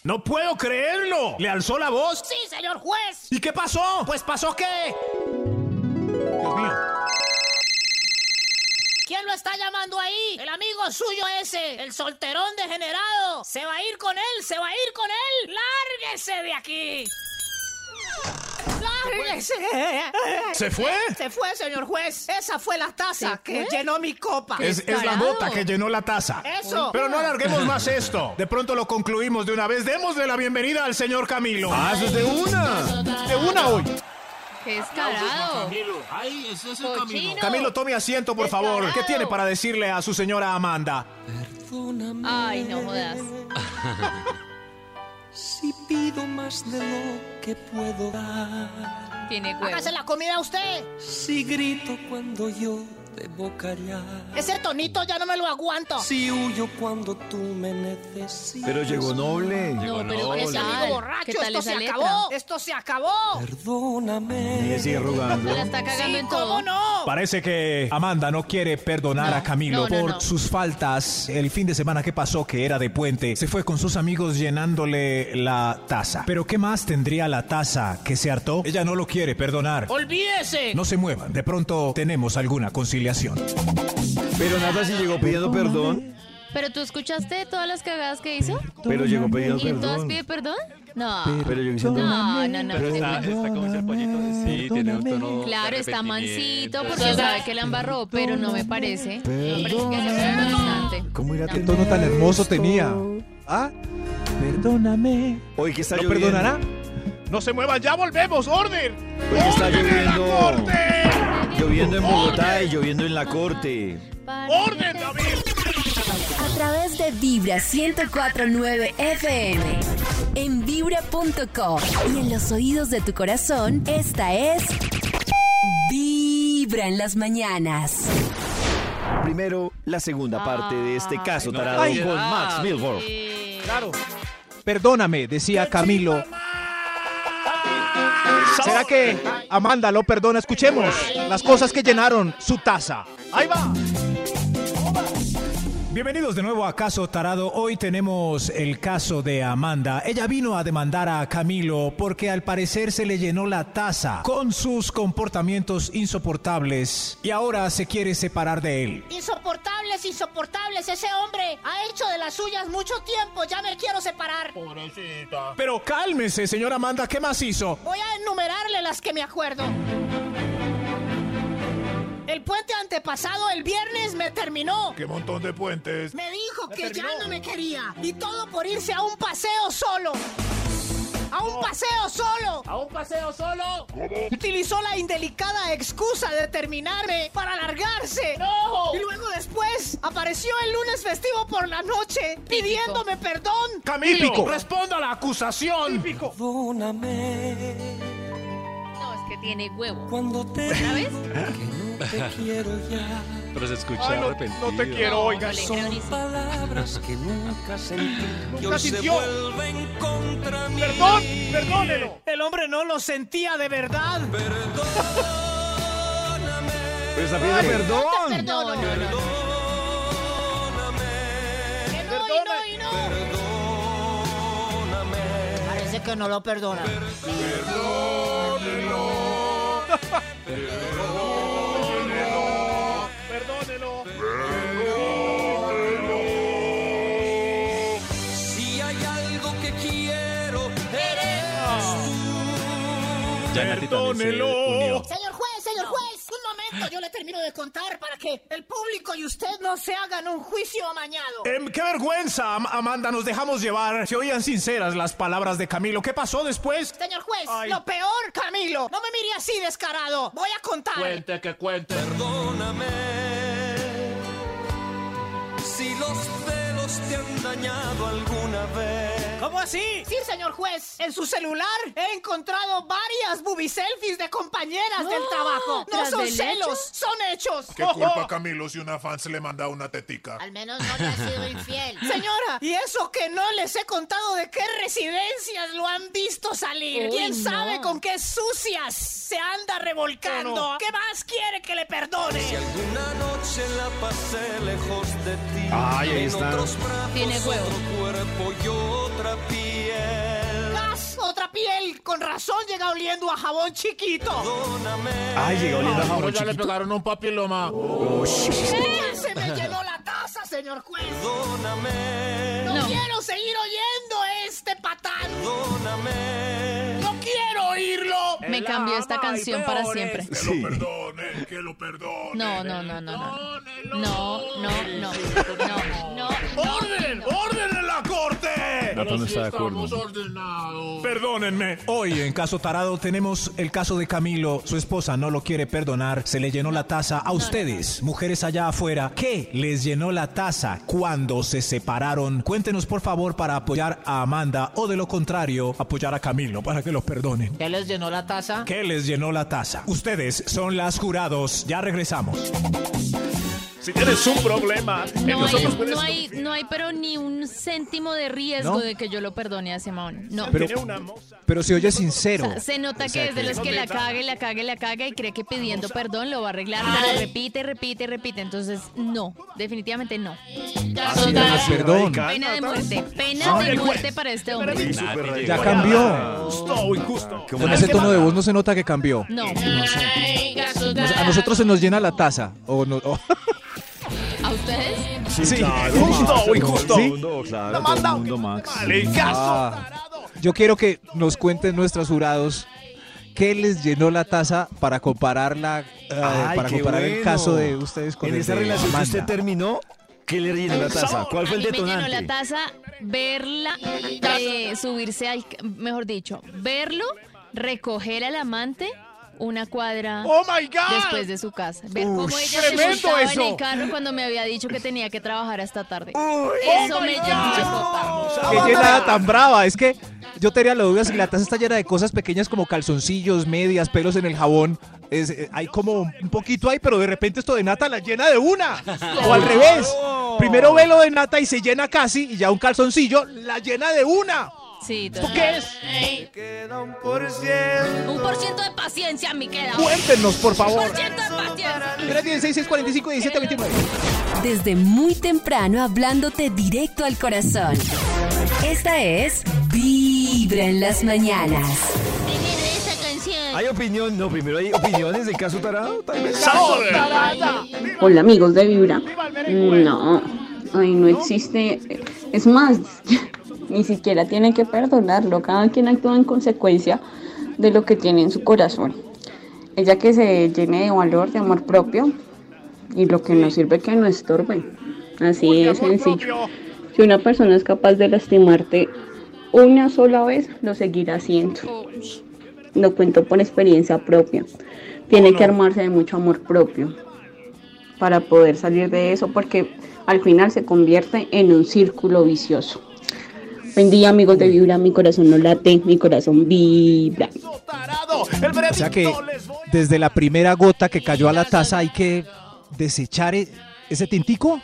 S5: ¡No puedo creerlo! ¿Le alzó la voz?
S19: Sí, señor juez.
S5: ¿Y qué pasó? Pues pasó que...
S19: ¿Quién lo está llamando ahí? El amigo suyo ese, el solterón degenerado. Se va a ir con él, se va a ir con él. Lárguese de aquí. Lárguese.
S5: ¿Se fue?
S21: Se fue, señor juez. Esa fue la taza que llenó mi copa.
S5: Es, es la gota que llenó la taza.
S21: Eso.
S5: Pero no alarguemos más <laughs> esto. De pronto lo concluimos de una vez. Démosle la bienvenida al señor Camilo. ¡Ah, eso es de una! ¡De una hoy!
S4: ¡Qué descarado!
S20: ¡Ay, ese es
S4: Cochino.
S5: Camilo, tome asiento, por favor. ¿Qué tiene para decirle a su señora Amanda?
S4: Ay, no jodas.
S19: Si pido más de lo que puedo dar.
S4: Tiene huevo.
S19: Hágase la comida a usted.
S22: Si grito cuando yo debo callar.
S19: Ese tonito ya no me lo aguanto.
S22: Si huyo cuando tú me necesitas.
S2: Pero llegó noble.
S22: Llegó
S19: Pero
S22: noble.
S19: ese amigo
S4: ¿Qué
S19: borracho,
S4: tal
S19: esto
S4: esa
S19: se
S4: letra?
S19: acabó. Esto se acabó.
S22: Perdóname.
S2: Y sigue rogando.
S4: La está cagando en todo.
S19: ¿Cómo no?
S5: Parece que Amanda no quiere perdonar a
S4: No,
S5: Camilo
S4: no,
S5: por
S4: no.
S5: sus faltas. El fin de semana que pasó, que era de puente, se fue con sus amigos llenándole la taza. Pero ¿qué más tendría la taza que se hartó? Ella no lo quiere perdonar.
S21: Olvídese.
S5: No se muevan, de pronto tenemos alguna conciliación.
S2: Pero Nata sí llegó pidiendo perdón.
S4: ¿Pero tú escuchaste todas las cagadas que hizo?
S2: Pero llegó pidiendo
S4: ¿Y todas
S2: perdón.
S4: pide perdón? No.
S2: Pero yo diciendo.
S4: No, no, no.
S3: Pero está, está como ese pollito. Sí, tiene un tono. de
S4: Claro, está
S3: arrepentimiento.
S4: mansito porque sabe que la embarró, pero no me parece. Hombre, que se fue bastante.
S2: ¿Cómo irá a
S23: Qué
S2: tener
S23: tono tan hermoso
S2: esto?
S23: tenía. ¿Ah? Perdóname.
S2: Hoy que está
S23: ¿Lo
S2: lloviendo.
S23: perdonará?
S7: No se muevan, ya volvemos. Orden.
S2: Hoy que está
S7: Orden en la
S2: lloviendo.
S7: corte.
S2: Lloviendo en Bogotá y lloviendo en la corte.
S7: Orden, David.
S8: A través de Vibra 104.9 FM. En vibra.com. Y en los oídos de tu corazón, esta es... Vibra en las mañanas.
S2: Primero, la segunda parte de
S4: Ah.
S2: este caso
S23: no,
S2: tarado
S23: ay.
S2: con Max Milford.
S23: Claro. Perdóname, decía Camilo. ¿Será que Amanda lo perdona? Escuchemos las cosas que llenaron su taza.
S5: ¡Ahí va! Bienvenidos de nuevo a Caso Tarado. Hoy tenemos el caso de Amanda. Ella vino a demandar a Camilo porque al parecer se le llenó la taza con sus comportamientos insoportables y ahora se quiere separar de él.
S19: Insoportables, insoportables. Ese hombre ha hecho de las suyas mucho tiempo. Ya me quiero separar.
S7: Pobrecita.
S5: Pero cálmese, señora Amanda, ¿qué más hizo?
S19: Voy a enumerarle las que me acuerdo. El puente antepasado el viernes me terminó.
S7: Qué montón de puentes.
S19: Me dijo que ya no me quería. Y todo por irse a un paseo solo. A un paseo solo.
S21: A un paseo solo.
S19: Utilizó la indelicada excusa de terminarme para largarse.
S21: ¡No!
S19: Y luego después apareció el lunes festivo por la noche pidiéndome perdón.
S7: Camilo,
S23: Típico.
S7: responda a la acusación.
S22: Perdóname.
S4: No, es que tiene huevo.
S22: Cuando te
S4: ¿Sabes?
S22: te quiero ya.
S3: <laughs> Pero se escucha
S7: Ay, no,
S3: arrepentido.
S7: no te quiero, oiga.
S22: Son palabras que nunca sentí. Y
S7: Nunca
S22: hoy se
S7: sintió.
S22: vuelven contra mí.
S7: Perdón, perdónelo.
S21: El hombre no lo sentía de verdad.
S2: Pero está pidiendo perdón.
S4: No, no, no. no.
S19: Que no, y no, y no. Parece que no lo perdonan.
S24: Si hay algo que quiero, eres
S15: Ya Nati también se unió.
S19: Señor juez, señor juez, un momento, yo le termino de contar para que el público y usted no se hagan un juicio amañado.
S25: Em, ¡Qué vergüenza, Am- Amanda! Nos dejamos llevar. Se oían sinceras las palabras de Camilo. ¿Qué pasó después?
S19: Señor juez, lo peor, Camilo, no me mire así descarado. Voy a contar.
S26: Cuente que cuente.
S24: tú. Si los celos te han dañado alguna vez.
S19: ¿Cómo así? Sí, señor juez. En su celular he encontrado varias booby selfies de compañeras del trabajo. No
S20: ¿tras
S19: son
S20: del
S19: celos,
S20: hecho?
S19: son hechos.
S20: ¿Qué
S19: <laughs>
S20: culpa Camilo si una fan se le manda una tetica?
S19: Al menos no le ha sido
S20: <laughs>
S19: infiel. Señora, y eso que no les he contado de qué residencias lo han visto salir.
S22: Uy,
S19: ¿Quién
S22: no.
S19: sabe con qué sucias se anda revolcando? ¿Qué más quiere que le
S24: Si
S19: perdone?
S24: alguna noche la pasé lejos de ti.
S2: Ay, ahí
S24: en
S2: está.
S24: otros brazos,
S19: Tiene huevo.
S24: otro cuerpo y otra piel.
S19: Gas, otra piel. Con razón llega oliendo a jabón chiquito.
S2: Ay, llegó oliendo a
S26: Ay,
S2: jabón
S26: pero ya le
S2: chiquito.
S26: pegaron un papiloma.
S19: ¡Ya se me llenó la taza, señor juez! No, quiero seguir oyendo a este patán. No quiero oírlo.
S4: <laughs> Me cambió esta canción para siempre.
S20: Que
S2: Sí.
S20: lo perdone, que lo perdone.
S4: No, no, no, no, no. No, no, no. No,
S20: ¡Orden! ¡Orden en la corte!
S2: Nata no está de acuerdo.
S25: Perdónenme. Hoy en Caso Tarado tenemos el caso de Camilo. Su esposa no lo quiere perdonar. Se le llenó la taza a ustedes, mujeres allá afuera. ¿Qué les llenó la taza cuando se separaron? Cuéntenos por favor para apoyar a Amanda o de lo contrario, apoyar a Camilo para que los perdonen.
S19: ¿Qué les llenó la taza?
S25: ¿Qué les llenó la taza? Ustedes son las jurados. Ya regresamos.
S6: Si tienes un problema, en
S4: No hay,
S6: nosotros puedes
S4: no, hay, no hay, pero ni un céntimo de riesgo
S5: No.
S4: de que yo lo perdone a Simón. No.
S5: Pero, pero se oye
S4: O
S5: sincero.
S4: sea, se nota que es de los que la cague, la cague, la caga y cree que pidiendo perdón lo va a arreglar, pero repite, repite, repite. Entonces, no, definitivamente no.
S5: Así de más perdón.
S4: Pena de muerte, pena
S5: Ay,
S4: de
S5: el
S4: muerte para este hombre.
S5: Ya cambió.
S6: Justo o injusto.
S5: Con ese tono de voz no se nota que cambió.
S4: No.
S5: O sea, a nosotros se nos llena la taza. O no- o- <laughs>
S4: ¿A ustedes?
S5: Sí.
S2: claro,
S5: <laughs> Justo
S2: Max,
S5: o injusto.
S2: Todo el mundo, claro, todo el mundo, Max.
S5: Ah, yo quiero que nos cuenten nuestros jurados qué les llenó la taza para compararla, eh,
S2: Ay,
S5: para
S2: qué
S5: comparar el
S2: bueno.
S5: caso de ustedes con
S2: En
S5: el
S2: esa
S5: de
S2: relación que
S5: Amanda.
S2: usted terminó, ¿qué le rellenó la taza? Ah, ¿Cuál fue el
S4: A mí me llenó la
S2: detonante?
S4: taza verla, eh, subirse al, ca- mejor dicho, verlo, recoger al amante una cuadra
S6: ¡Oh, my God!
S4: después de su casa. Ver
S6: Uy,
S4: cómo ella se
S6: tremendo
S4: montaba en
S6: eso.
S4: el carro cuando me había dicho que tenía que trabajar hasta tarde.
S6: ¡Oh,
S4: Eso
S6: my
S4: me
S6: God!
S4: llenó.
S5: Qué llenada tan brava. Es que yo tenía la duda si la taza está llena de cosas pequeñas como calzoncillos, medias, pelos en el jabón. Es, eh, hay como un poquito ahí, pero de repente esto de nata la llena de una. O al revés. Primero ve lo de nata y se llena casi, y ya un calzoncillo la llena de una.
S4: Sí,
S5: ¿Esto qué es?
S4: Un por ciento de paciencia me queda.
S5: Cuéntenos, por favor.
S4: Un por ciento de paciencia.
S5: 316 645 17 29.
S8: Desde muy temprano hablándote directo al corazón. Esta es Vibra en las mañanas.
S19: Esa canción.
S2: ¿Hay opinión? No, primero hay opiniones del caso tarado, tal vez.
S27: Hola amigos de Vibra. No, ay, no existe. Es más, <laughs> ni siquiera tienen que perdonarlo. Cada quien actúa en consecuencia de lo que tiene en su corazón. Ella que se llene de valor, de amor propio y lo que nos sirve que no estorbe. Así es sencillo. Si una persona es capaz de lastimarte una sola vez, lo seguirá haciendo. Lo cuento por experiencia propia. Tiene que armarse de mucho amor propio para poder salir de eso porque al final se convierte en un círculo vicioso. Buen día amigos de Vibra, mi corazón no late, mi corazón vibra.
S5: O sea que desde la primera gota que cayó a la taza hay que desechar e- ese tintico.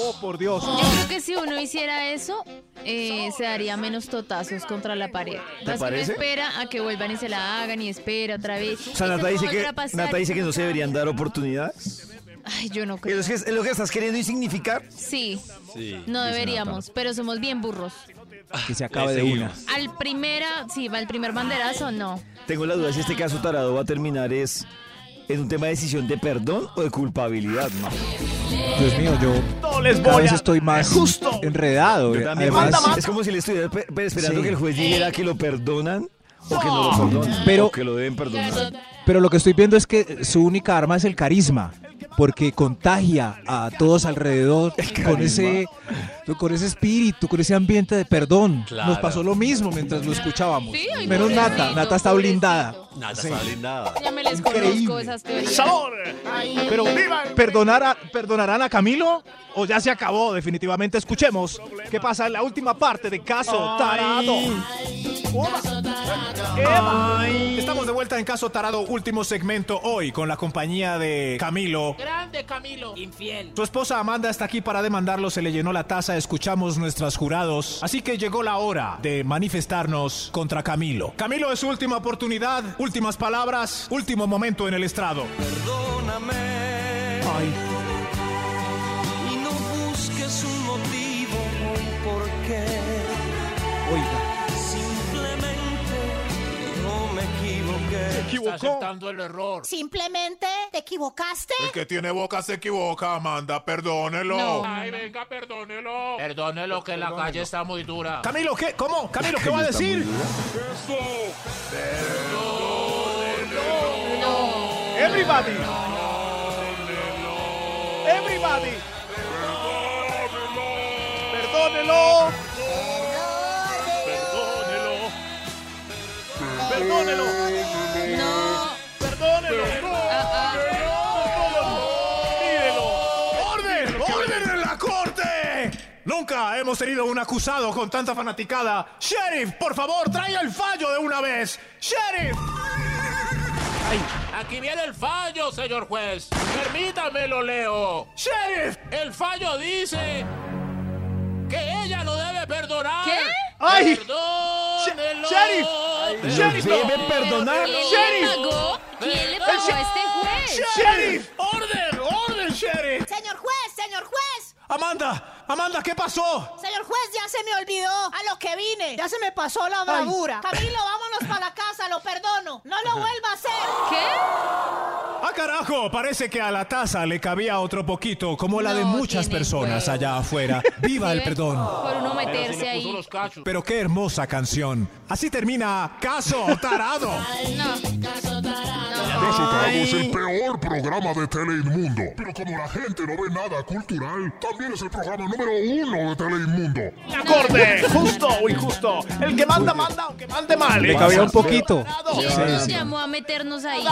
S4: Oh, por Dios. Yo creo que si uno hiciera eso, eh, se daría menos totazos contra la pared. Más que
S2: parece?
S4: uno espera a que vuelvan y se la hagan y espera otra vez.
S2: O sea,
S4: Y se
S2: Nata dice,
S4: vuelve
S2: que,
S4: a pasar.
S2: Nata dice que no se deberían dar oportunidades.
S4: Ay, yo no
S2: ¿Es
S4: creo.
S2: lo que, es lo que estás queriendo insignificar?
S4: Sí,
S2: Sí.
S4: no deberíamos, pero somos bien burros.
S5: que se acabe de una.
S2: seguimos.
S4: Al primera, sí, al primer banderazo, no.
S2: Tengo la duda si este caso tarado va a terminar es en un tema de decisión de perdón o de culpabilidad, ¿no?
S5: Dios mío, yo
S2: No les
S5: cada
S2: voy
S5: vez
S2: a-
S5: estoy más enredado.
S2: Yo también,
S5: Además,
S2: es como si le estuviera pe- pe- esperando
S5: Sí.
S2: que el juez dijera que lo perdonan o que no lo perdonan.
S5: Pero-
S2: o que lo deben perdonar.
S5: Pero lo que estoy viendo es que su única arma es el carisma, porque contagia a todos alrededor con ese, con ese espíritu, con ese ambiente de perdón.
S3: Claro.
S5: Nos pasó lo mismo mientras lo escuchábamos.
S4: Sí, ay,
S5: Menos Nata,
S4: pobrecito,
S5: Nata está blindada.
S3: Nada,
S5: Sí.
S3: está blindada.
S4: Ya me les conozco esas teorías.
S6: ¡Sabor!
S5: Pero perdonar a- perdonarán a Camilo o ya se acabó definitivamente. Escuchemos qué pasa en la última parte de caso tarado.
S25: Eva. Estamos de vuelta en Caso Tarado, último segmento hoy con la compañía de Camilo.
S19: Grande Camilo. Infiel.
S25: Su esposa Amanda está aquí para demandarlo, se le llenó la taza, escuchamos nuestras jurados. Así que llegó la hora de manifestarnos contra Camilo. Camilo es su última oportunidad, últimas palabras, último momento en el estrado.
S24: Perdóname y no busques un motivo o un porqué. Simplemente no me equivoqué.
S26: Está aceptando el error.
S19: Simplemente te equivocaste.
S20: El que tiene boca se equivoca, Amanda, perdónelo.
S26: Ay, venga, perdónelo. Perdónelo que la calle está muy dura.
S25: Camilo, ¿qué? ¿Cómo? Camilo, ¿qué va a decir?
S13: Everybody. Everybody. Perdónelo.
S6: Perdónelo.
S13: Perdónelo.
S4: No.
S13: Perdónelo.
S25: ¡Orden! ¡Orden en la corte! Nunca hemos tenido un acusado con tanta fanaticada. Sheriff, por favor, traiga el fallo de una vez. Sheriff.
S26: Aquí viene el fallo, señor juez. Permítame, lo leo.
S25: ¡Sheriff!
S26: El fallo dice que ella no debe perdonar.
S4: ¿Qué?
S25: ¡Ay!
S26: ¡Perdónelo!
S25: She- sheriff. sheriff,
S26: Perdónelo.
S25: no.
S2: Debe perdonar.
S4: ¿Quién
S25: Sheriff.
S4: le pagó? ¿Quién le pagó a este juez?
S25: ¡Sheriff! ¡Orden! ¡Orden, sheriff!
S19: Señor juez, señor juez.
S25: Amanda, Amanda, ¿qué pasó?
S19: Señor juez, ya se me olvidó a lo que vine. Ya se me pasó la bravura. Camilo, vámonos para la casa, lo perdono. No lo vuelva a hacer.
S4: ¿Qué?
S25: ¡Ah, carajo! Parece que a la taza le cabía otro poquito, como la de
S4: No
S25: muchas
S4: tiene
S25: personas
S4: huevos.
S25: allá
S4: <laughs>
S25: afuera. ¡Viva el
S4: ¿Sí ven?
S25: perdón!
S4: Por
S26: Pero
S4: uno
S26: si
S4: meterse
S26: le puso
S4: ahí.
S26: los cachos.
S25: Pero qué hermosa canción. Así termina Caso
S4: <laughs>
S25: Tarado.
S4: No.
S5: ¿eh?
S20: Nosotros el peor programa de Tele Inmundo. Pero como la gente no ve nada cultural, también es el programa número uno de Tele Inmundo.
S6: Acorde.
S13: Justo o injusto. El que manda, manda, aunque mande mal.
S5: Le cabía un poquito.
S4: ¿Quién
S5: Sí,
S4: nos
S5: sí.
S4: llamó a meternos ahí?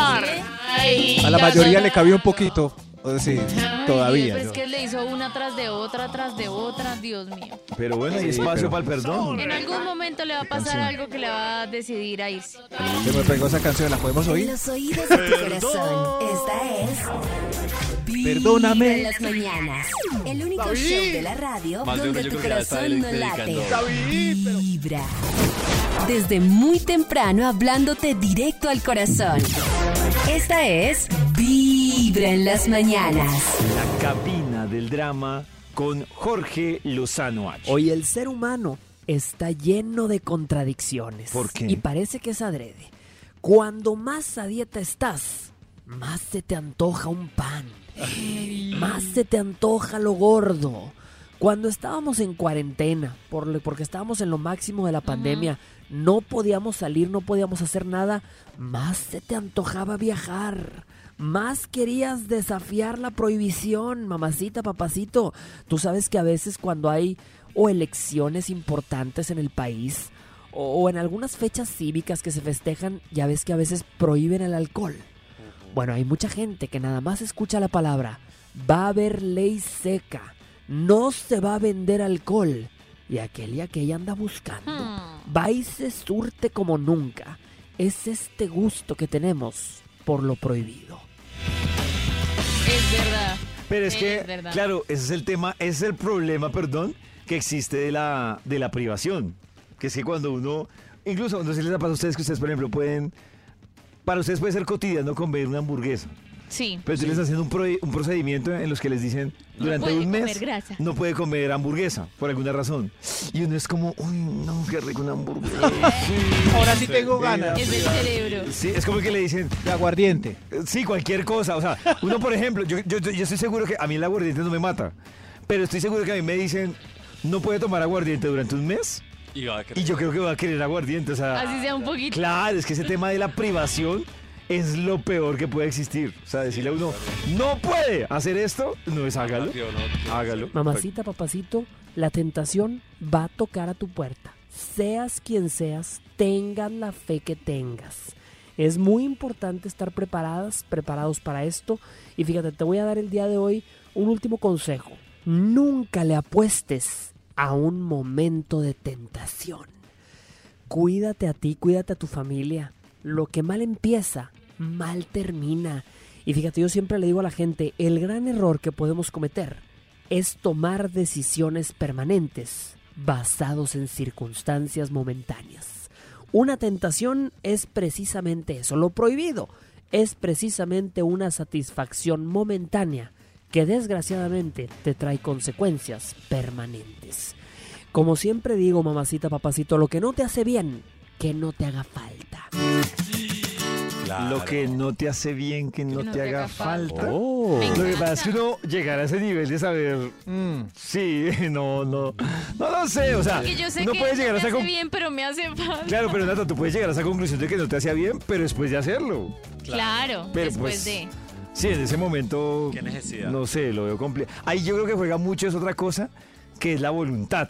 S4: eh?
S5: A la mayoría le cabía un poquito. O sí,
S4: Todavía.
S5: todavía.
S4: Pero
S5: yo-
S4: es pues que le hizo una tras de otra, tras de otra, Dios mío.
S2: Pero bueno, hay espacio
S5: pero-
S2: para el perdón.
S4: En algún momento le va a pasar algo que le va a decidir a irse.
S5: Se me pegó esa canción, ¿la podemos
S8: En
S5: oír?
S8: los oídos de tu corazón, esta es.
S5: Perdóname.
S8: Vibra en las mañanas. El único show de la radio
S3: Más de
S8: donde
S3: uno yo
S8: tu
S3: creo que la está
S8: corazón no
S3: dedicando.
S8: late. Vibra. Desde muy temprano hablándote directo al corazón. Esta es Vibra en las mañanas.
S2: La cabina del drama con Jorge Lozano H.
S22: Hoy el ser humano está lleno de contradicciones.
S2: ¿Por qué?
S22: Y parece que es adrede. Cuando más a dieta estás, más se te antoja un pan. Más se te antoja lo gordo. Cuando estábamos en cuarentena, por lo- porque estábamos en lo máximo de la pandemia, no podíamos salir, no podíamos hacer nada, más se te antojaba viajar. Más querías desafiar la prohibición, mamacita, papacito. Tú sabes que a veces cuando hay o elecciones importantes en el país o, o en algunas fechas cívicas que se festejan, ya ves que a veces prohíben el alcohol. Bueno, hay mucha gente que nada más escucha la palabra. Va a haber ley seca. No se va a vender alcohol. Y aquel y aquella anda buscando. Va y se surte como nunca. Es este gusto que tenemos por lo prohibido.
S4: Es verdad.
S2: Pero es
S4: Sí,
S2: que,
S4: es verdad.
S5: <laughs>
S2: claro, ese es el tema, ese es el problema, perdón, que existe de la, de la privación. Que es que cuando uno, incluso, no sé si les ha pasado a ustedes que ustedes, por ejemplo, pueden, para ustedes puede ser cotidiano comer una hamburguesa.
S4: Sí.
S2: Pero tú les haciendo un, pro- un procedimiento en los que les dicen durante
S4: puede
S2: un mes
S4: comer grasa.
S2: no puede comer hamburguesa por alguna razón. Y uno es como, uy, no, qué rico una hamburguesa.
S4: <laughs>
S5: Ahora sí tengo ganas.
S4: Es el cerebro.
S2: Sí, es como que le dicen
S5: de aguardiente.
S2: Sí, cualquier cosa. O sea, uno, por ejemplo, yo, yo, yo estoy seguro que a mí el aguardiente no me mata, pero estoy seguro que a mí me dicen no puede tomar aguardiente durante un mes.
S3: Y va a
S2: Y yo creo que va a querer aguardiente. O sea,
S4: Así sea un poquito.
S2: Claro, es que ese tema de la privación es lo peor que puede existir. O sea, decirle a uno, no puede hacer esto, no es hágalo. Hágalo.
S22: Mamacita, papacito, la tentación va a tocar a tu puerta. Seas quien seas, tengas la fe que tengas. Es muy importante estar preparadas, preparados para esto. Y fíjate, te voy a dar el día de hoy un último consejo. Nunca le apuestes a un momento de tentación. Cuídate a ti, cuídate a tu familia. Lo que mal empieza, mal termina. Y fíjate, yo siempre le digo a la gente, el gran error que podemos cometer es tomar decisiones permanentes basados en circunstancias momentáneas. Una tentación es precisamente eso, lo prohibido es precisamente una satisfacción momentánea que desgraciadamente te trae consecuencias permanentes. Como siempre digo, mamacita, papacito, lo que no te hace bien, que no te haga falta.
S2: Lo que no te hace bien, que no, te, haga, falta.
S22: Oh. Me
S2: Lo que pasa
S22: encanta.
S2: es que uno llegar a ese nivel de saber, mm, sí, <laughs> no, no, no lo sé, o sea,
S4: que yo sé
S2: no
S4: que
S2: puedes
S4: no
S2: llegar a
S4: me
S2: esa
S4: hace
S2: conclusión.
S4: bien, pero me hace falta.
S2: Claro, pero Nata, tú puedes llegar a esa conclusión de que no te hacía bien, pero después de hacerlo.
S4: Claro,
S2: Pero,
S4: después
S2: pues,
S4: de.
S2: Sí, en ese momento. ¿Qué necesidad? No sé, lo veo complicado. Ahí yo creo que juega mucho es otra cosa, que es la voluntad.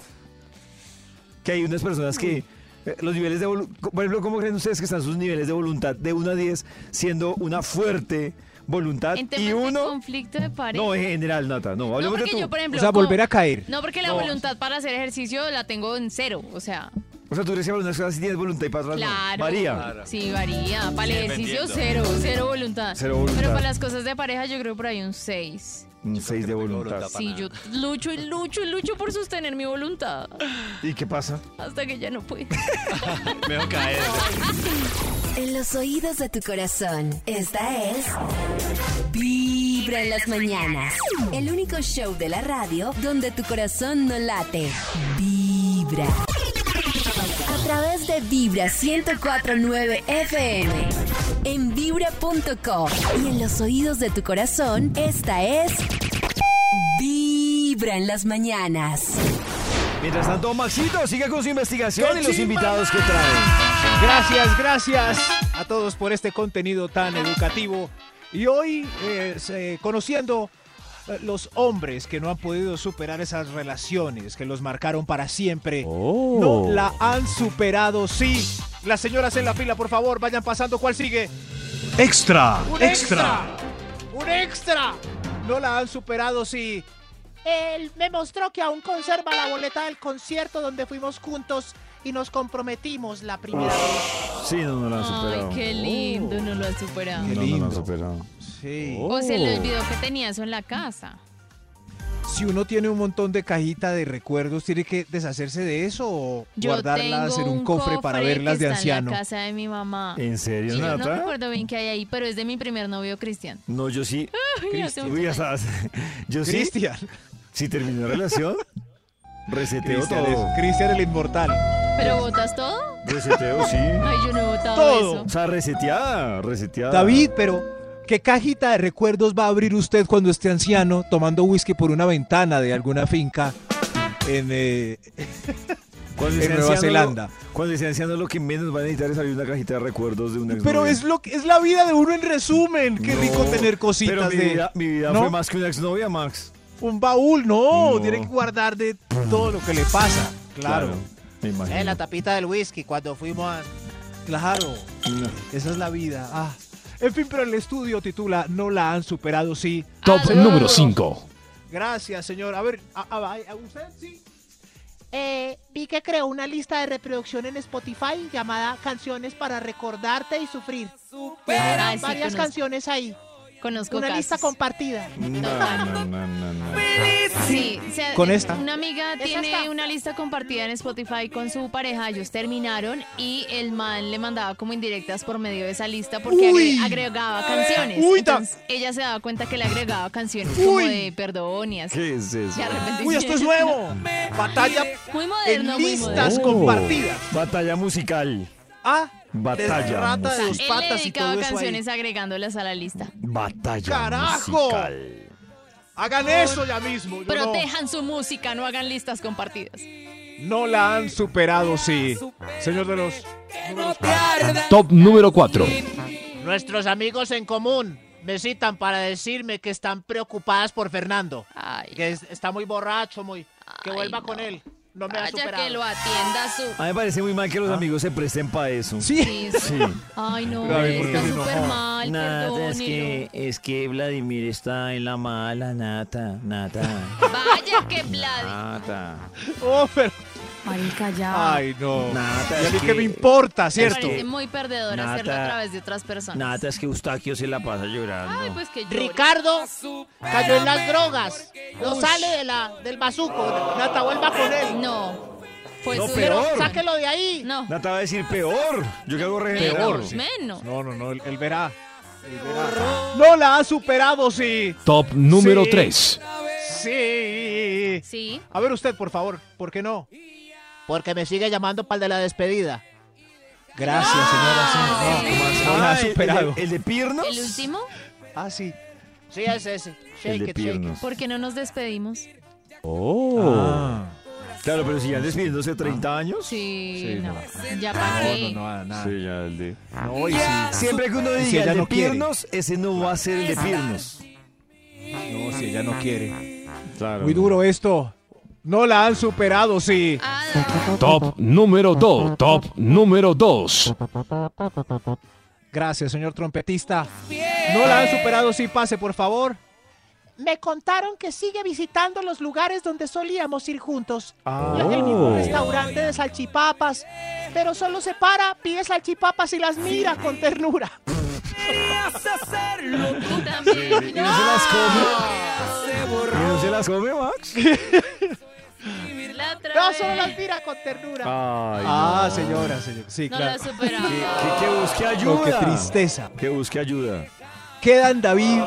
S2: Que hay unas personas que. eh, Los niveles de voluntad. Por ejemplo, ¿cómo creen ustedes que están sus niveles de voluntad de 1 a 10 siendo una fuerte voluntad?
S4: En temas
S2: ah, y uno.
S4: de conflicto de pareja.
S2: No, en general, Nata. No, hablemos de
S4: porque
S2: tú.
S4: yo, por ejemplo,
S5: O sea, volver
S4: no-
S5: a caer.
S4: No, porque la voluntad para hacer ejercicio la tengo en cero. O sea,
S2: O sea, tú eres unas cosas y tienes voluntad y para atrás. no.
S4: claro.
S2: Varía.
S4: Sí, varía. Para
S2: Sí,
S4: el
S2: me
S4: ejercicio,
S2: entiendo.
S4: cero. Cero voluntad.
S2: Cero voluntad.
S4: Pero para las cosas de pareja, yo creo por ahí un seis.
S2: Un 6 de voluntad.
S4: Sí, yo lucho y lucho y lucho por sostener mi voluntad.
S2: ¿Y qué <laughs> pasa?
S4: Hasta que ya no puedo.
S2: Veo caer.
S8: En los oídos de tu corazón, esta es Vibra en las mañanas. El único show de la radio donde tu corazón no late. Vibra. A través de Vibra 1049 FM. En vibra.com. Y en los oídos de tu corazón, esta es Vibra en las mañanas.
S2: Mientras tanto, Maxito, sigue con su investigación
S5: ¡Qué
S2: y los
S5: chimba,
S2: invitados que traen.
S5: Gracias, gracias a todos por este contenido tan educativo. Y hoy, eh, se- conociendo eh, los hombres que no han podido superar esas relaciones que los marcaron para siempre, no la han superado, sí. Las señoras en la fila, por favor, vayan pasando. ¿Cuál sigue?
S25: Extra,
S5: Un
S25: extra.
S5: ¡Un extra! No la han superado, sí.
S7: Él me mostró que aún conserva la boleta del concierto donde fuimos juntos y nos comprometimos la primera
S5: Ah.
S7: vez.
S2: Sí, no, no lo han
S4: Ay,
S2: superado. Uh,
S4: qué lindo, no lo has
S5: Oh.
S4: superado.
S2: No, no lo han superado. Oh,
S5: Sí.
S4: O se
S5: Oh.
S4: le olvidó que tenía eso en la casa.
S5: Si uno tiene un montón de cajita de recuerdos, ¿tiene que deshacerse de eso o
S4: Yo
S5: guardarlas en
S4: tengo
S5: un cofre para
S4: cofre
S5: verlas
S4: que
S5: de
S4: está
S5: anciano?
S4: En la casa de mi mamá.
S2: ¿En serio,
S4: Sí, yo no
S2: Nata?
S4: recuerdo bien qué hay ahí, pero es de mi primer novio, Cristian.
S2: No, yo sí.
S4: Ay, hace
S2: Uy,
S4: muchos
S2: ya
S4: años.
S2: sabes. <laughs> Yo sí.
S5: Cristian.
S2: Si terminó la relación, reseteo
S5: Cristian
S2: todo.
S5: es- Cristian el inmortal.
S4: ¿Pero votas todo?
S2: Reseteo, sí.
S4: Ay, yo no he votado
S5: Todo.
S4: eso.
S2: O sea, reseteada, reseteada.
S5: David, pero ¿qué cajita de recuerdos va a abrir usted cuando esté anciano tomando whisky por una ventana de alguna finca en, eh,
S2: <laughs> Cuando
S5: en
S2: sea
S5: Nueva
S2: anciano,
S5: Zelanda?
S2: lo- cuando sea anciano, lo que menos va a necesitar es abrir una cajita de recuerdos de un ex
S5: Pero es lo que- es la vida de uno en resumen. Qué
S2: No,
S5: rico tener cositas
S2: Pero mi
S5: de
S2: vida, mi vida
S5: ¿no?
S2: fue más que una exnovia, Max.
S5: un baúl, no,
S2: No.
S5: tiene que guardar de todo lo que le pasa. Claro,
S2: Me imagino.
S7: Eh, la tapita del whisky cuando fuimos a...
S5: claro. Esa es la vida. Ah. En fin, pero el estudio titula No la han superado, sí.
S15: Top
S5: Superado.
S15: número 5.
S5: Gracias, señor. Ah, A ver, a- a- a- usted sí.
S7: Eh, vi que creó una lista de reproducción en Spotify llamada Canciones para recordarte y sufrir.
S4: Ah, sí,
S7: varias
S4: conozco.
S7: canciones ahí.
S4: Conozco
S7: Una
S4: casos.
S7: lista compartida.
S4: Sí, o sea,
S5: Con
S4: eh,
S5: esta.
S4: Una amiga tiene una lista compartida en Spotify con su pareja. Ellos terminaron y el man le mandaba como indirectas por medio de esa lista porque
S7: Uy.
S4: agre- agregaba canciones.
S7: Uy, ta-
S4: Entonces, ella se daba cuenta que le agregaba canciones como
S7: Uy.
S4: de perdón y así.
S2: ¿Qué es eso?
S4: De arrepentimiento.
S7: Uy, esto es nuevo.
S25: Batalla
S4: Muy moderno,
S25: en
S4: muy
S25: listas
S4: moderno.
S25: compartidas.
S2: Oh, Batalla musical.
S25: Ah,
S2: Batalla.
S25: Desrata de
S2: musical.
S25: los
S4: Él le
S25: patas y
S4: dedicaba
S25: todo eso ahí.
S4: canciones agregándolas a la lista.
S2: Batalla
S25: ¡Carajo!
S2: musical.
S25: Hagan eso ya mismo. yo no,
S4: Protejan su música, no hagan listas compartidas.
S25: no la han superado, sí. Señor de los...
S5: Top número 4.
S7: Nuestros amigos en común me citan para decirme que están preocupadas por Fernando. que es- está muy borracho, muy. Que vuelva con él. No me ha
S4: Vaya
S7: superado.
S4: que lo atienda su...
S2: A mí me parece muy mal que los amigos se presten para eso.
S4: Sí, sí. Ay, no,
S2: Pero a ver, ¿por qué
S4: está
S2: se
S4: súper
S2: enojó?
S4: mal,
S2: Nada, es
S4: perdónelo.
S2: que, es que Vladimir está en la mala, Nata, Nata,
S4: Vaya que Vlad.
S2: Nata.
S25: <laughs> Oh, pero... Ah,
S4: Marica, ya.
S25: Ay, no.
S2: Nata,
S25: ¿Y a mí
S2: es
S25: qué
S2: que-
S25: me importa,
S4: Me
S25: cierto?
S4: parece muy perdedor
S2: Nata.
S4: hacerlo a través de otras personas.
S2: Nata, es que Eustaquio se la pasa llorando.
S4: Ay, pues que llore.
S7: Ricardo cayó en las drogas. No sale de la, del bazuco. Nata, vuelva con él.
S4: No. Fue
S2: No,
S4: su-
S2: peor.
S7: Pero sáquelo de ahí.
S4: No.
S2: Nata va a decir peor. Yo que hago regenerado.
S4: Menos, menos.
S25: No, no, no, él, él verá. él verá. No la ha superado, sí.
S15: Top número
S25: Sí.
S15: 3.
S25: Sí.
S4: Sí.
S25: A ver usted, por favor, ¿por qué no?
S7: Porque me sigue llamando para el de la despedida.
S25: Gracias, señora. sí, no, no, no la ha
S2: Ah, el-
S25: superado.
S2: ¿El, de- el de piernas?
S4: ¿El último?
S25: Ah, sí.
S7: Sí, es ese.
S2: El
S7: Shake
S2: de
S7: it, shake it.
S2: piernas.
S4: ¿Por qué no nos despedimos?
S2: Ah. Claro, pero si ya despidiéndose 30 años.
S4: Sí,
S25: Sí,
S4: no.
S25: no.
S4: Ya pagué.
S25: No, no, no, nada.
S2: Sí, ya el de.
S25: No, y sí.
S2: Siempre que uno
S25: Y si
S2: diga
S25: ella
S2: el de
S25: no quiere.
S2: piernos, ese no va a ser el de piernos.
S25: No, si ella no quiere.
S2: Claro.
S25: Muy duro esto. No la han superado, sí.
S15: Top número 2. Top número 2.
S25: Gracias, señor trompetista. No la han superado, sí. Pase, por favor.
S7: Me contaron que sigue visitando los lugares donde solíamos ir juntos.
S25: Ah.
S7: El mismo restaurante de salchipapas. Pero solo se para, pide salchipapas y las mira con ternura.
S4: Tú también.
S2: ¿Y no se las come? ¿Y no se las come, Max?
S4: La
S7: No,
S4: otra
S7: solo
S4: vez.
S7: las mira con ternura.
S2: Ay,
S25: Ah,
S2: no.
S25: señora, señor. Sí,
S4: No la
S25: claro.
S4: superamos.
S2: Que, que busque ayuda.
S25: No, qué tristeza.
S2: Que busque ayuda.
S25: Quedan, David,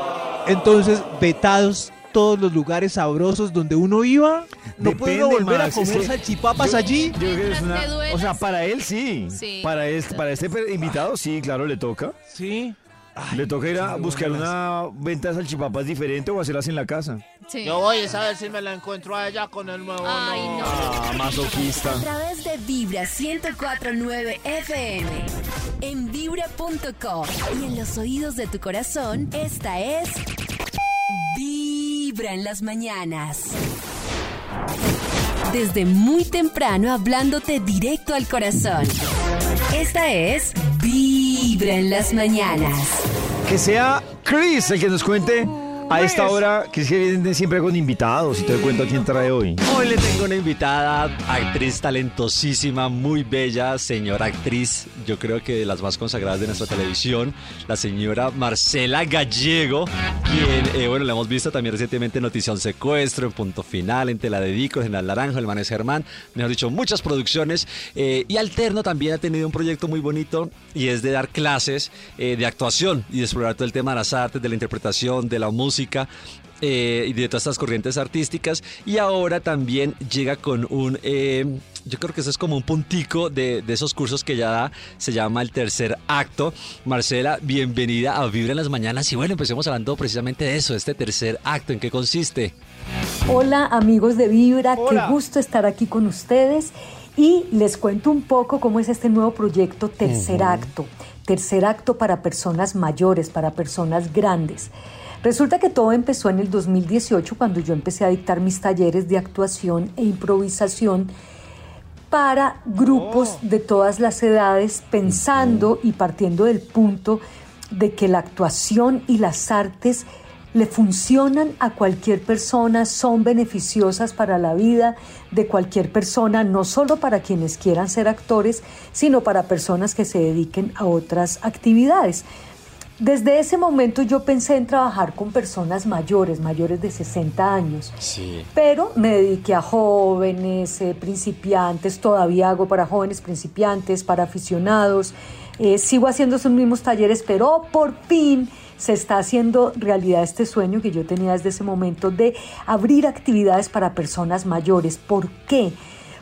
S25: entonces vetados todos los lugares sabrosos donde uno iba. No puede uno
S2: Depende,
S25: volver a
S2: Max, es
S25: comer
S2: que
S25: salchipapas
S2: yo-
S25: allí.
S2: Yo creo que es
S4: Mientras
S2: una-
S4: te duelas.
S2: o sea, para él sí.
S4: Sí.
S2: Para, este, para este per- invitado sí, claro, le toca.
S25: Sí.
S2: le toca ir a
S25: qué
S2: buscar
S25: buenas.
S2: una venta de salchipapas diferente o hacerlas en la casa.
S4: Sí.
S7: Yo voy a ver si me la encuentro a ella con el nuevo.
S4: Ay,
S7: no.
S4: no.
S2: Ah, masoquista.
S8: A través de Vibra 104.9 FM. En Vibra.com. Y en los oídos de tu corazón, esta es... Vibra en las mañanas. Desde muy temprano hablándote directo al corazón. Esta es Vibra en las mañanas.
S2: Que sea Chris el que nos cuente
S5: Uh,
S2: a esta
S5: pues.
S2: hora, que es que vienen siempre con invitados y te doy cuenta quién trae hoy.
S3: Hoy le tengo una invitada, actriz talentosísima, muy bella, señora actriz, yo creo que de las más consagradas de nuestra televisión, la señora Marcela Gallego, quien, eh, bueno, la hemos visto también recientemente en Notición Secuestro, en Punto Final, en Te la dedico, en General Naranjo, El Man es Germán, mejor dicho, muchas producciones. eh, y Alterno también ha tenido un proyecto muy bonito y es de dar clases eh, de actuación y de explorar todo el tema de las artes, de la interpretación, de la música eh, y de todas estas corrientes artísticas. Y ahora también llega con un, eh, yo creo que eso es como un puntico de, de esos cursos que ya da, se llama el tercer acto. Marcela, bienvenida a Vibra en las Mañanas. Y bueno, empecemos hablando precisamente de eso, de este tercer acto, ¿en qué consiste?
S28: Hola amigos de Vibra,
S25: Hola.
S28: qué gusto estar aquí con ustedes y les cuento un poco cómo es este nuevo proyecto Tercer Acto. Tercer Acto para personas mayores, para personas grandes. Resulta que todo empezó en el 2018 cuando yo empecé a dictar mis talleres de actuación e improvisación para grupos de todas las edades, pensando y partiendo del punto de que la actuación y las artes le funcionan a cualquier persona, son beneficiosas para la vida de cualquier persona, no solo para quienes quieran ser actores, sino para personas que se dediquen a otras actividades. Desde ese momento yo pensé en trabajar con personas mayores, mayores de 60 años.
S3: Sí.
S28: Pero me dediqué a jóvenes, eh, principiantes, todavía hago para jóvenes principiantes, para aficionados. Eh, sigo haciendo esos mismos talleres, pero por fin se está haciendo realidad este sueño que yo tenía desde ese momento de abrir actividades para personas mayores. ¿Por qué?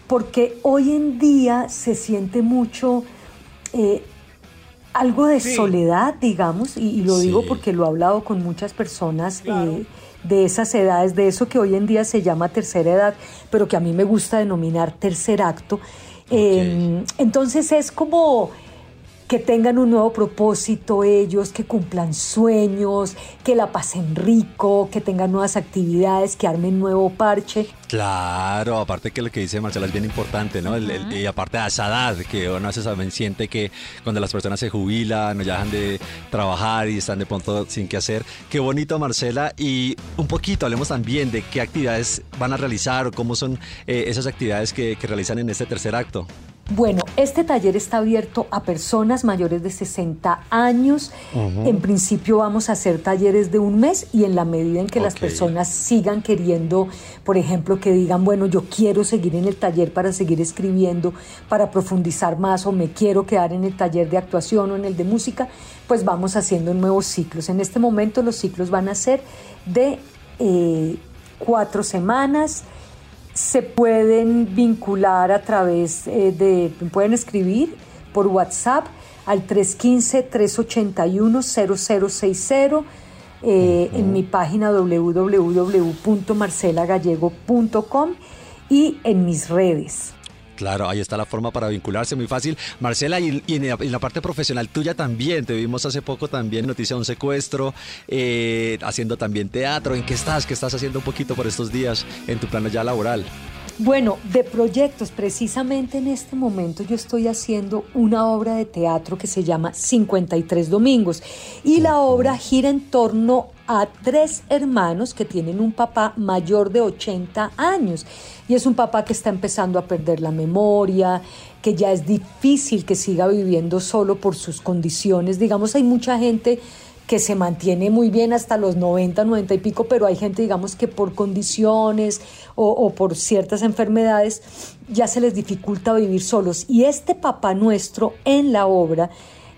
S28: Porque hoy en día se siente mucho... eh, algo de
S1: Sí.
S28: soledad, digamos, y, y lo digo
S1: Sí.
S28: porque lo he hablado con muchas personas eh, de esas edades, de eso que hoy en día se llama tercera edad, pero que a mí me gusta denominar tercer acto. Eh, entonces es como que tengan un nuevo propósito ellos, que cumplan sueños, que la pasen rico, que tengan nuevas actividades, que armen nuevo parche.
S3: Claro, aparte que lo que dice Marcela es bien importante, ¿no? El- el- y aparte a esa edad, que uno a veces también siente que cuando las personas se jubilan o ya dejan de trabajar y están de pronto sin qué hacer. Qué bonito, Marcela. Y un poquito, hablemos también de qué actividades van a realizar o cómo son eh, esas actividades que, que realizan en este tercer acto.
S28: Bueno, este taller está abierto a personas mayores de 60 años.
S3: Ujú.
S28: En principio vamos a hacer talleres de un mes y en la medida en que las
S1: Ok.
S28: personas sigan queriendo, por ejemplo, que digan, bueno, yo quiero seguir en el taller para seguir escribiendo, para profundizar más o me quiero quedar en el taller de actuación o en el de música, pues vamos haciendo nuevos ciclos. En este momento los ciclos van a ser de eh, cuatro semanas se pueden vincular a través eh, de, pueden escribir por WhatsApp al 315-381-0060, eh, en mi página www.marcelagallego.com y en mis redes.
S3: Claro, ahí está la forma para vincularse, muy fácil. Marcela, y, y en, la, en la parte profesional tuya también, te vimos hace poco también noticia de un secuestro, eh, haciendo también teatro. ¿En qué estás? ¿Qué estás haciendo un poquito por estos días en tu plano ya laboral?
S28: Bueno, de proyectos, precisamente en este momento yo estoy haciendo una obra de teatro que se llama 53 Domingos y la obra gira en torno a tres hermanos que tienen un papá mayor de 80 años y es un papá que está empezando a perder la memoria, que ya es difícil que siga viviendo solo por sus condiciones, digamos, hay mucha gente que se mantiene muy bien hasta los 90, 90 y pico, pero hay gente, digamos, que por condiciones o, o por ciertas enfermedades ya se les dificulta vivir solos. Y este papá nuestro en la obra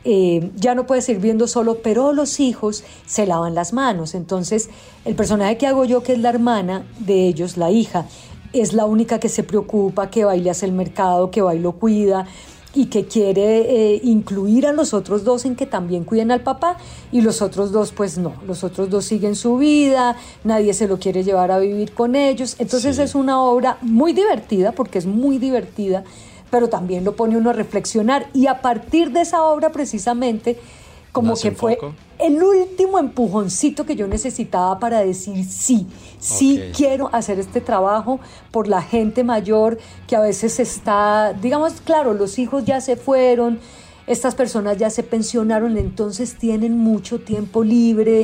S28: eh, ya no puede seguir viendo solo, pero los hijos se lavan las manos. Entonces, el personaje que hago yo, que es la hermana de ellos, la hija, es la única que se preocupa, que baila hacia el mercado, que bailo cuida y que quiere eh, incluir a los otros dos en que también cuiden al papá y los otros dos pues no, los otros dos siguen su vida, nadie se lo quiere llevar a vivir con ellos, entonces es una obra muy divertida porque es muy divertida, pero también lo pone uno a reflexionar y a partir de esa obra precisamente como
S1: Nace
S28: que
S1: un
S28: fue
S1: poco.
S28: el último empujoncito que yo necesitaba para decir sí, sí
S1: Ok.
S28: quiero hacer este trabajo por la gente mayor que a veces está, digamos, claro, los hijos ya se fueron, estas personas ya se pensionaron, entonces tienen mucho tiempo libre.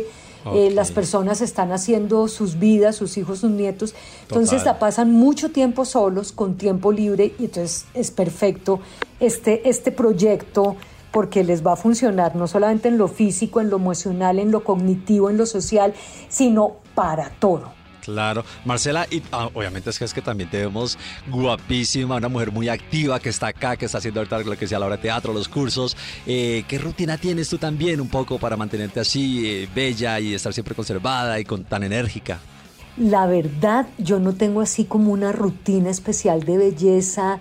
S28: eh,
S1: Ok.
S28: las personas están haciendo sus vidas, sus hijos, sus nietos, entonces
S1: Total.
S28: la pasan mucho tiempo solos, con tiempo libre, y entonces es perfecto este, este proyecto porque les va a funcionar no solamente en lo físico, en lo emocional, en lo cognitivo, en lo social, sino para todo.
S3: Claro, Marcela, y ah, obviamente es que, es que también te vemos guapísima, una mujer muy activa que está acá, que está haciendo ahorita lo que sea la obra de teatro, los cursos. Eh, ¿Qué rutina tienes tú también un poco para mantenerte así eh, bella y estar siempre conservada y con, tan enérgica?
S28: La verdad, yo no tengo así como una rutina especial de belleza.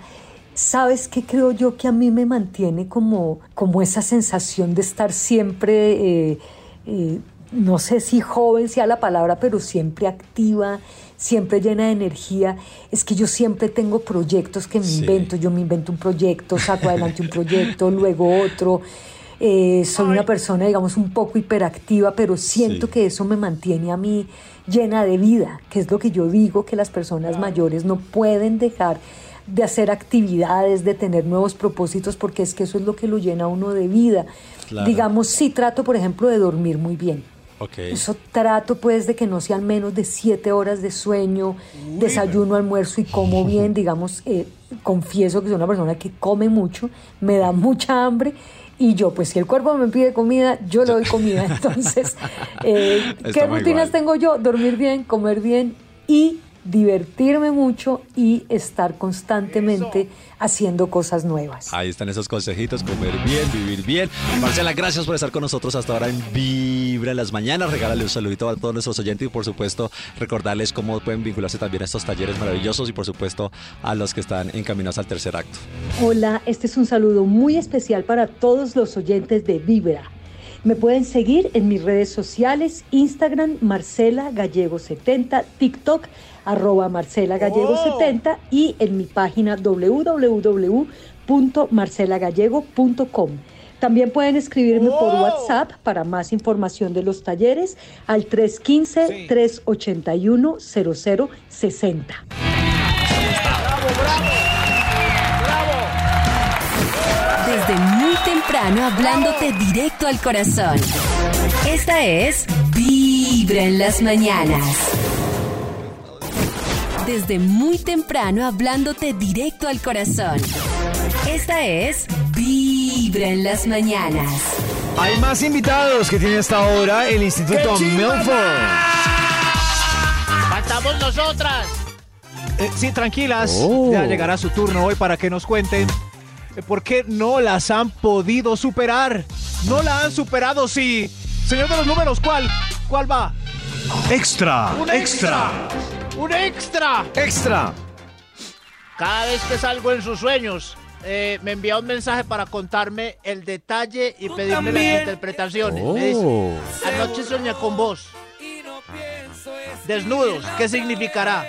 S28: ¿Sabes qué creo yo que a mí me mantiene como, como esa sensación de estar siempre, eh, eh, no sé si joven sea la palabra, pero siempre activa, siempre llena de energía? Es que yo siempre tengo proyectos que me invento. Yo me invento un proyecto, saco adelante un proyecto, luego otro. Eh, soy una persona, digamos, un poco hiperactiva, pero siento que eso me mantiene a mí llena de vida, que es lo que yo digo, que las personas mayores no pueden dejar de hacer actividades, de tener nuevos propósitos, porque es que eso es lo que lo llena a uno de vida.
S1: Claro.
S28: Digamos, si trato, por ejemplo, de dormir muy bien.
S3: Ok.
S28: Eso trato pues de que no sean menos de siete horas de sueño, desayuno, almuerzo y como bien, digamos, eh, confieso que soy una persona que come mucho, me da mucha hambre Y yo, pues si el cuerpo me pide comida, yo le doy comida. Entonces, eh, ¿qué
S29: Estamos
S28: rutinas
S29: igual.
S28: tengo yo? Dormir bien, comer bien y divertirme mucho y estar constantemente haciendo cosas nuevas.
S3: Ahí están esos consejitos, comer bien, vivir bien. Marcela, gracias por estar con nosotros hasta ahora en Vibra en las Mañanas. Regálale un saludito a todos nuestros oyentes y por supuesto recordarles cómo pueden vincularse también a estos talleres maravillosos y por supuesto a los que están encaminados al tercer acto.
S28: Hola, este es un saludo muy especial para todos los oyentes de Vibra. Me pueden seguir en mis redes sociales, Instagram Marcela Gallego70, TikTok arroba Marcela Gallego70 y en mi página www.marcelagallego.com. También pueden escribirme por WhatsApp para más información de los talleres al 315-381-0060.
S8: Desde muy temprano hablándote directo al corazón. Esta es Vibra en las mañanas. Desde muy temprano hablándote directo al corazón. Esta es Vibra en las mañanas.
S2: Hay más invitados que tiene hasta ahora el Instituto Milford.
S7: Faltamos nosotras.
S5: Eh, sí, tranquilas.
S2: Oh.
S5: Ya llegará su turno hoy para que nos cuenten eh, por qué no las han podido superar. No la han superado, sí. Señor de los números, ¿cuál? ¿Cuál va?
S30: Extra,
S7: Un extra. Un extra.
S2: Extra.
S7: Cada vez que salgo en sus sueños, eh, me envía un mensaje para contarme el detalle y pedirme
S14: también.
S7: las interpretaciones. Me
S14: Oh.
S7: dice, anoche soñé con vos. Desnudos, ¿qué significará?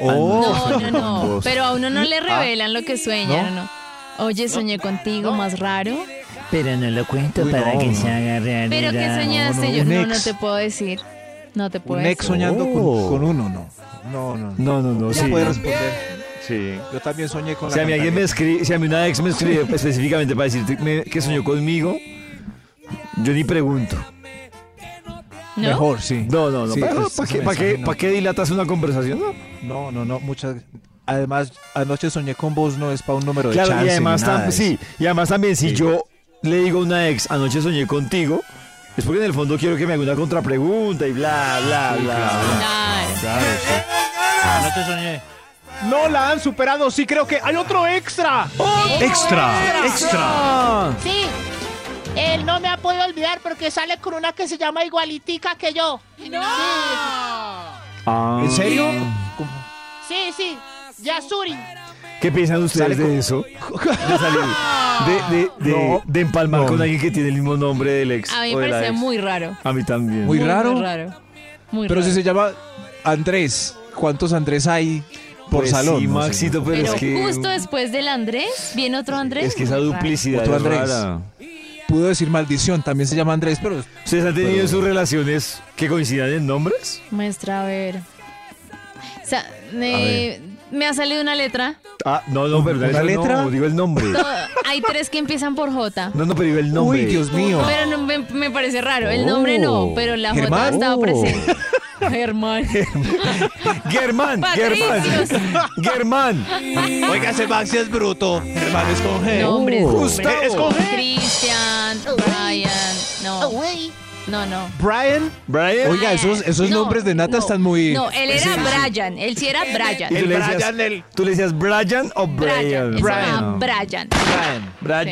S4: No, no, no. <laughs>
S7: Oh. <laughs> Vos.
S4: Pero a uno no le
S7: Ah.
S4: revelan lo que sueña, ¿no? Oye, soñé contigo, más raro.
S31: Pero no lo cuento
S2: Uy,
S31: para
S2: no,
S31: que
S2: no.
S31: se haga realidad.
S4: Pero que soñaste yo.
S31: un
S4: No, no
S31: ex.
S4: te puedo decir. No te puedo
S5: Un
S4: decir.
S5: ex soñando con-
S2: Oh.
S5: con, uno, no. No, no,
S2: No, no, no,
S5: Ya
S2: sí.
S5: puede responder.
S2: Sí.
S5: Yo también soñé con
S2: Si a
S5: la
S2: mí alguien me
S5: cantarina.
S2: escribe, si a mí una ex me
S5: <laughs>
S2: escribe específicamente para decirte me- que soñó conmigo, yo ni pregunto.
S4: ¿No?
S5: Mejor, sí.
S2: No, no, no.
S5: Sí,
S2: ¿Para,
S5: es-
S2: para
S5: ese
S2: qué, para qué-
S5: mensaje no.
S2: para qué dilatas una conversación? no?
S5: No, no, no, muchas. Además, anoche soñé con vos, no es para un número de
S2: Claro,
S5: chance.
S2: y además,
S5: ni nada
S2: tam-
S5: de eso.
S2: sí, y además también, si yo le digo a una ex, anoche soñé contigo, es porque en el fondo quiero que me haga una contrapregunta y bla, bla, bla. bla.
S4: Ah,
S7: Anoche soñé.
S5: No la han superado, sí creo que hay otro extra.
S30: Extra,
S5: extra.
S19: Sí. Él no me ha podido olvidar porque sale con una que se llama igualitica que yo.
S2: Ah.
S5: ¿En serio?
S19: Sí, sí. sí. Yasuri.
S2: ¿Qué piensan ustedes de
S5: <laughs>
S2: eso? De salir, de, de- de- de empalmar con alguien que tiene el mismo nombre del ex.
S4: A mí
S2: o
S4: me
S2: de la
S4: parece
S2: ex.
S4: muy raro.
S2: A mí también.
S5: Muy raro.
S4: Muy raro. Muy
S5: Pero
S4: raro.
S5: si se llama Andrés, ¿cuántos Andrés hay por
S2: Pues
S5: salón?
S2: sí,
S5: No sé.
S2: Maxito,
S4: Pero justo después del Andrés, viene otro Andrés.
S2: Es que esa
S4: Muy raro.
S2: duplicidad
S5: Otro
S2: es
S5: Andrés.
S2: rara.
S5: Pudo decir maldición, también se llama Andrés, pero.
S2: ¿Ustedes han tenido
S5: Pero-
S2: en sus relaciones que coincidan en nombres?
S4: Muestra, a ver. O sea, eh, me ha salido una letra.
S2: Ah, no, no, pero
S5: ¿Una
S2: eso
S5: letra?
S2: No, digo el nombre.
S4: No, hay tres que empiezan por J.
S2: No, no, pero digo el nombre.
S5: Uy, Dios mío.
S4: Pero no, me, me parece raro. El nombre no,
S2: Oh.
S4: pero la J
S2: Germán.
S4: estaba
S2: Oh.
S4: presente. Germán.
S2: Germán, Germán.
S4: Patricios.
S2: <laughs> Germán.
S5: Oiga, ese Maxi es bruto. Hermano, es con G. Uh.
S4: Nombres.
S5: Gustavo.
S4: Es con G. Cristian, Brian. No. No, no.
S5: Brian.
S2: Brian.
S5: Oiga, esos, esos
S4: No,
S5: nombres de Nata
S4: no.
S5: están muy.
S4: No, eh, él
S5: Sí,
S4: era
S5: sí, sí.
S4: Brian. Él sí era Brian.
S2: ¿Y tú le decías-
S5: Brian,
S2: ¿Tú le decías Brian o
S4: Brian.
S2: Brian?
S4: Él se llamaba Brian.
S5: Brian.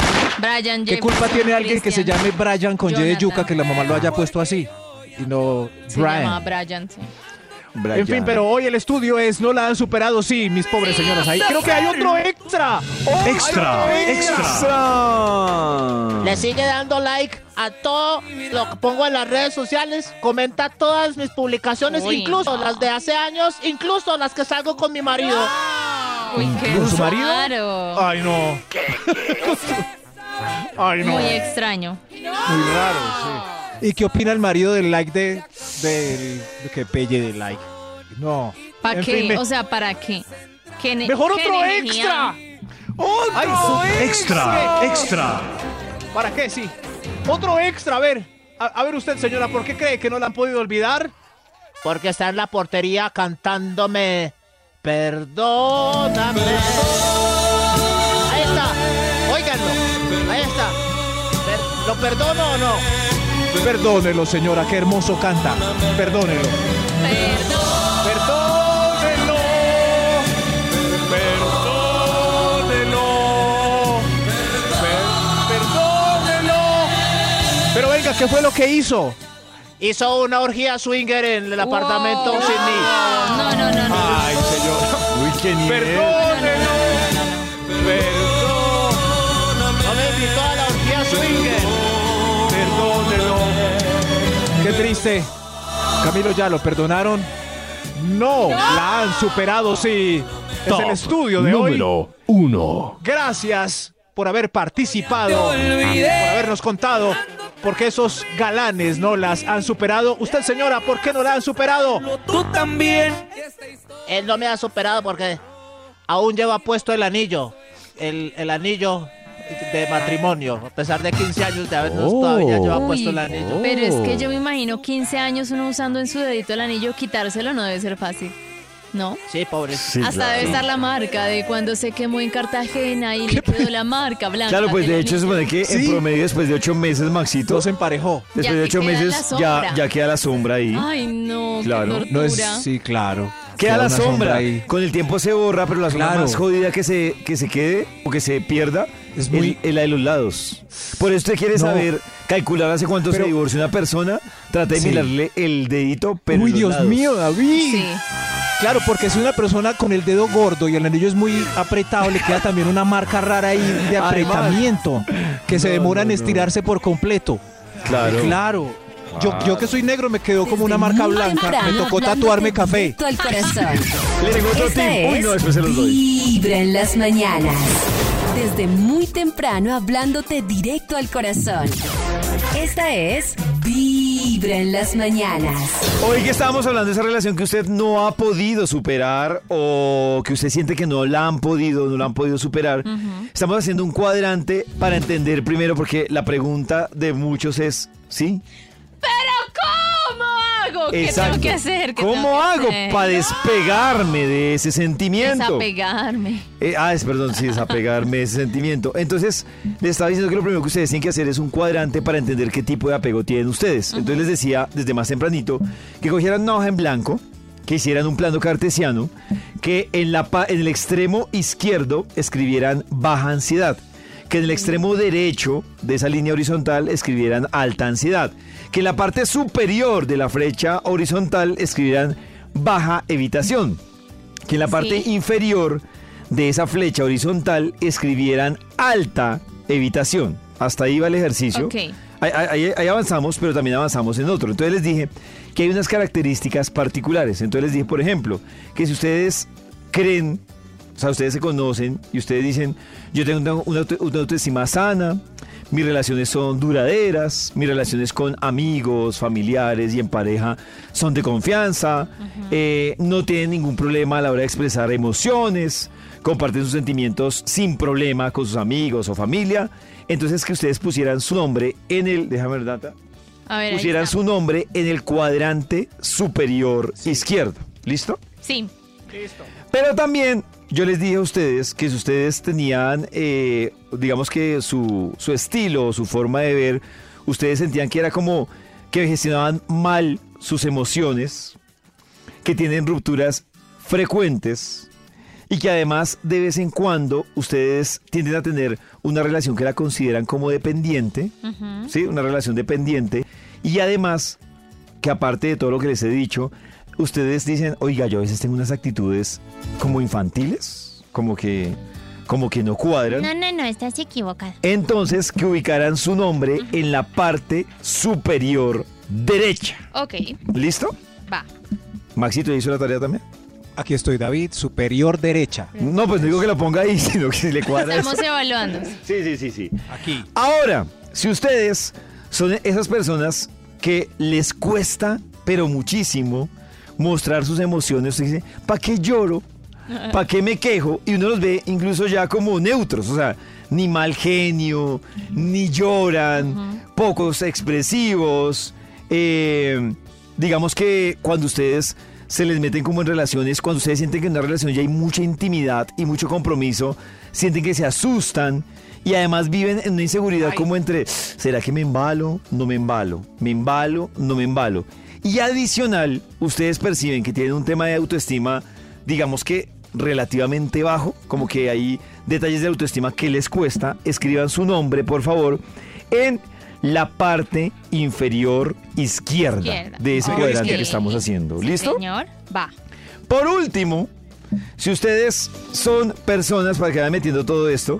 S2: Brian.
S4: Brian
S5: ¿Qué culpa
S4: Jefferson,
S5: tiene alguien que se
S4: Christian.
S5: llame Brian con Y de
S4: Jonathan.
S5: yuca que la mamá lo haya puesto así? Y no
S4: Se llamaba
S5: Brian.
S4: Brian, sí.
S5: En fin, pero hoy el estudio es no la han superado, sí, mis pobres señoras. Ahí creo que hay otro extra.
S30: Extra,
S2: extra.
S19: Le sigue dando like a todo lo que pongo en las redes sociales. Comenta todas mis publicaciones,
S4: Uy.
S19: incluso las de hace años, incluso las que salgo con mi marido.
S4: Uy, qué
S5: ¿Con su marido?
S4: raro.
S5: Ay, no. Ay, no.
S4: Muy extraño.
S5: Muy raro, sí. ¿Y qué opina el marido del like de. del. de que pelle de like? No.
S4: ¿Para
S5: En
S4: qué?
S5: fin, me-
S4: o sea, ¿para qué? ¿Qué ne-
S5: Mejor
S4: qué
S5: otro
S4: energía?
S5: extra.
S30: ¡Otro
S5: Ay, sí.
S30: extra! ¡Extra!
S5: ¿Para qué? Sí. Otro extra, a ver. A, a ver usted, señora, ¿por qué cree que no la han podido olvidar?
S7: Porque está en la portería cantándome. Perdóname. Ahí está. Óiganlo. Ahí está. ¿Lo perdono o no?
S25: Perdónelo, señora, qué hermoso canta. Perdónelo.
S6: Perdónelo, perdónelo,
S7: ¡Perdónelo!
S25: Pero venga, ¿qué fue lo que hizo?
S7: Hizo una orgía swinger en el apartamento sin mí. No, no, no, no.
S6: Ay, señor.
S2: Uy, qué nivel.
S6: perdónelo,
S7: No me invitó a la orgía swinger.
S6: perdónelo.
S25: Qué triste. Camilo ya lo perdonaron. No, la han superado, sí.
S15: Top
S25: es el estudio de hoy.
S15: número uno.
S25: Gracias por haber participado, por habernos contado, porque esos galanes no las han superado. Usted, señora, ¿por qué no la han superado?
S7: Tú también. Él no me ha superado porque aún lleva puesto el anillo. El, el anillo de matrimonio. A pesar de 15 años de habernos todavía lleva puesto el anillo.
S4: Pero es que
S2: Oh.
S4: yo me imagino 15 años uno usando en su dedito el anillo, quitárselo no debe ser fácil. ¿No?
S7: Sí, pobre.
S4: Hasta debe estar la marca de cuando se quemó en Cartagena y le quedó la marca blanca.
S2: Claro, pues
S4: del
S2: de hecho se supone que en promedio después de ocho meses, Maxito.
S25: se emparejó.
S2: Después
S4: Ya
S2: de
S4: que
S2: ocho
S4: queda
S2: meses
S4: la
S2: ya,
S4: sombra.
S2: ya queda la sombra ahí.
S4: Ay, no,
S2: Claro,
S4: qué
S2: no es-
S4: tortura.
S25: Sí, claro.
S2: Queda la
S25: una
S2: sombra. Con el tiempo se borra, pero la sombra
S25: Claro.
S2: más jodida que se, que se quede o que se pierda es,
S25: muy-
S2: el- es la de los lados. Por eso usted quiere
S25: No.
S2: saber, calcular hace cuánto se divorció una persona, trata de
S25: Sí.
S2: mirarle el dedito, pero.
S25: Uy,
S2: los
S25: Dios
S2: lados.
S25: mío, David. Claro, porque si una persona con el dedo gordo y el anillo es muy apretado, le queda también una marca rara ahí de
S2: Además.
S25: apretamiento, que se demora en estirarse por completo.
S2: Claro.
S25: Claro. Yo, yo que soy negro me quedó como una marca blanca. Me
S8: temprano,
S25: tocó
S8: hablándote
S25: tatuarme café.
S8: directo al corazón.
S25: <laughs> Le tengo otro
S8: Esta
S25: tip. Uy,
S8: es
S25: no, después se los doy.
S8: Vibra en las mañanas. Desde muy temprano hablándote directo al corazón. Esta es Vibra en las mañanas.
S2: Hoy que estábamos hablando de esa relación que usted no ha podido superar o que usted siente que no la han podido, no la han podido superar, estamos haciendo un cuadrante para entender primero, porque la pregunta de muchos es, ¿sí?
S4: Pero ¿cómo hago? ¿Qué
S2: Exacto.
S4: tengo que hacer? ¿Qué tengo
S2: ¿Cómo
S4: que
S2: hago
S4: hacer?
S2: para despegarme de ese sentimiento?
S4: Desapegarme.
S2: Eh, ah, es, perdón, sí, desapegarme de ese sentimiento. Entonces, les estaba diciendo que lo primero que ustedes tienen que hacer es un cuadrante para entender qué tipo de apego tienen ustedes. Entonces les decía desde más tempranito que cogieran una hoja en blanco, que hicieran un plano cartesiano, que en, la, pa- en el extremo izquierdo escribieran baja ansiedad, que en el extremo derecho de esa línea horizontal escribieran alta ansiedad, que en la parte superior de la flecha horizontal escribieran baja evitación, que en la parte inferior de esa flecha horizontal escribieran alta evitación. Hasta ahí va el ejercicio.
S4: Ok.
S2: Ahí, ahí- ahí avanzamos, pero también avanzamos en otro. Entonces les dije que hay unas características particulares. Entonces les dije, por ejemplo, que si ustedes creen, o sea, ustedes se conocen y ustedes dicen, yo tengo una, una auto- una autoestima sana, mis relaciones son duraderas, mis relaciones con amigos, familiares y en pareja son de confianza, eh, no tienen ningún problema a la hora de expresar emociones, comparten sus sentimientos sin problema con sus amigos o familia. Entonces que ustedes pusieran su nombre en el, déjame ver data,
S4: A ver, ahí
S2: pusieran
S4: está.
S2: su nombre en el cuadrante superior izquierdo. ¿Listo?
S4: Sí.
S2: Pero también yo les dije a ustedes que si ustedes tenían, eh, digamos que su, su estilo o su forma de ver, ustedes sentían que era como que gestionaban mal sus emociones, que tienen rupturas frecuentes y que además de vez en cuando ustedes tienden a tener una relación que la consideran como dependiente,
S6: Ujú.
S2: ¿sí? Una relación dependiente y además que aparte de todo lo que les he dicho, ustedes dicen, oiga, yo a veces tengo unas actitudes como infantiles, como que, como que no cuadran.
S1: No, no, no, estás equivocada.
S2: Entonces que ubicaran su nombre en la parte superior derecha.
S4: Ok,
S2: ¿Listo?
S4: va.
S2: Maxito, ¿ya hizo la tarea también?
S25: Aquí estoy, David, superior derecha.
S2: No, pues no digo que la ponga ahí, <laughs> sino que si le cuadra.
S4: Estamos
S2: eso.
S4: evaluando.
S2: <laughs> Sí, sí, sí, sí. Aquí. Ahora, si ustedes son esas personas que les cuesta, pero muchísimo, mostrar sus emociones, ustedes dicen, ¿para qué lloro? ¿Para qué me quejo? Y uno los ve incluso ya como neutros, o sea, ni mal genio, ni lloran, pocos expresivos. eh, digamos que cuando ustedes se les meten como en relaciones, cuando ustedes sienten que en una relación ya hay mucha intimidad y mucho compromiso, sienten que se asustan Y además viven en una inseguridad como entre, ¿será que me embalo? No me embalo. Me embalo, no me embalo. Y adicional, ustedes perciben que tienen un tema de autoestima, digamos que relativamente bajo, como que hay detalles de autoestima que les cuesta. Escriban su nombre, por favor, en la parte inferior izquierda,
S4: Izquierda. Oh,
S2: de ese
S4: Ok.
S2: cuadrante que estamos haciendo.
S4: Sí,
S2: ¿Listo?
S4: Señor, va.
S2: Por último, si ustedes son personas, para que vayan metiendo todo esto,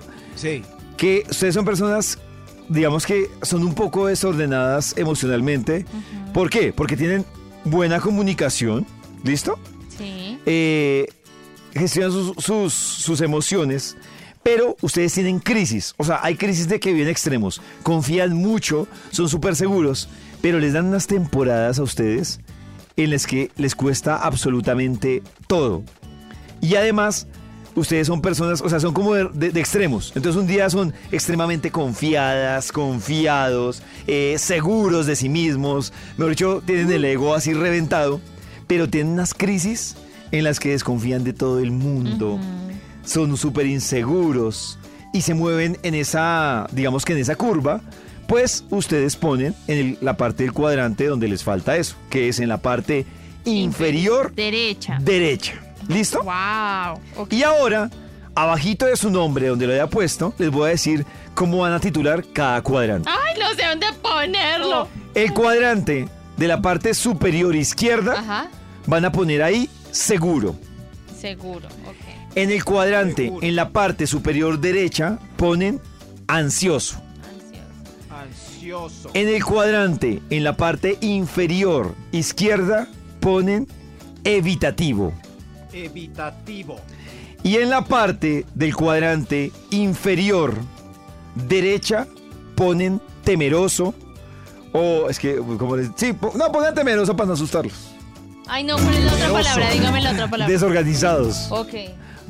S2: que ustedes son personas, digamos que son un poco desordenadas emocionalmente. ¿Por qué? Porque tienen buena comunicación, ¿listo?
S4: Sí.
S2: eh, gestionan sus, sus- sus emociones, pero ustedes tienen crisis. O sea, hay crisis de que vienen extremos. Confían mucho, son súper seguros, pero les dan unas temporadas a ustedes en las que les cuesta absolutamente todo. Y además, ustedes son personas, o sea, son como de, de- de extremos. Entonces un día son extremadamente confiadas, confiados, eh, seguros de sí mismos. Mejor dicho, tienen el ego así reventado, pero tienen unas crisis en las que desconfían de todo el mundo. Son súper inseguros y se mueven en esa, digamos que en esa curva. Pues ustedes ponen en el- la parte del cuadrante donde les falta eso, que es en la parte inferior
S4: Derecha.
S2: derecha. ¿Listo?
S4: Wow.
S2: Y ahora, abajito de su nombre, donde lo haya puesto, les voy a decir cómo van a titular cada cuadrante.
S4: Ay, no sé dónde ponerlo.
S2: El cuadrante de la parte superior izquierda
S4: Ajá,
S2: van a poner ahí seguro.
S4: seguro. Ok.
S2: En el cuadrante, en la parte superior derecha, ponen ansioso.
S7: Ansioso.
S2: En el cuadrante, en la parte inferior izquierda, ponen evitativo.
S7: Evitativo.
S2: Y en la parte del cuadrante inferior derecha ponen temeroso. O es que, como les. Sí, po- no, ponen temeroso para no asustarlos.
S4: Ay, no, ¿cuál es la otra
S2: Temeroso.
S4: palabra? Dígame la otra palabra.
S2: Desorganizados.
S4: Ok.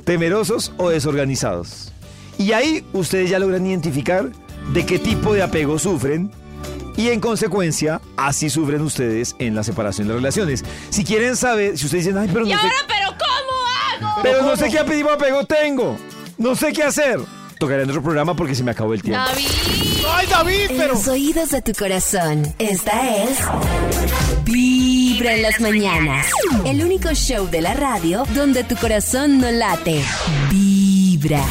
S2: Temerosos o desorganizados. Y ahí ustedes ya logran identificar de qué tipo de apego sufren. Y en consecuencia, así sufren ustedes en la separación de las relaciones. Si quieren saber, si ustedes dicen, ay, pero no
S4: Y
S2: sé-
S4: ahora, ¿pero cómo hago?
S2: pero no sé qué apellido apego tengo. No sé qué hacer. Tocaré en otro programa porque se me acabó el tiempo.
S8: ¡Ay, David! En los oídos de tu corazón, esta es. Vibra en las mañanas. El único show de la radio donde tu corazón no late. Vibra.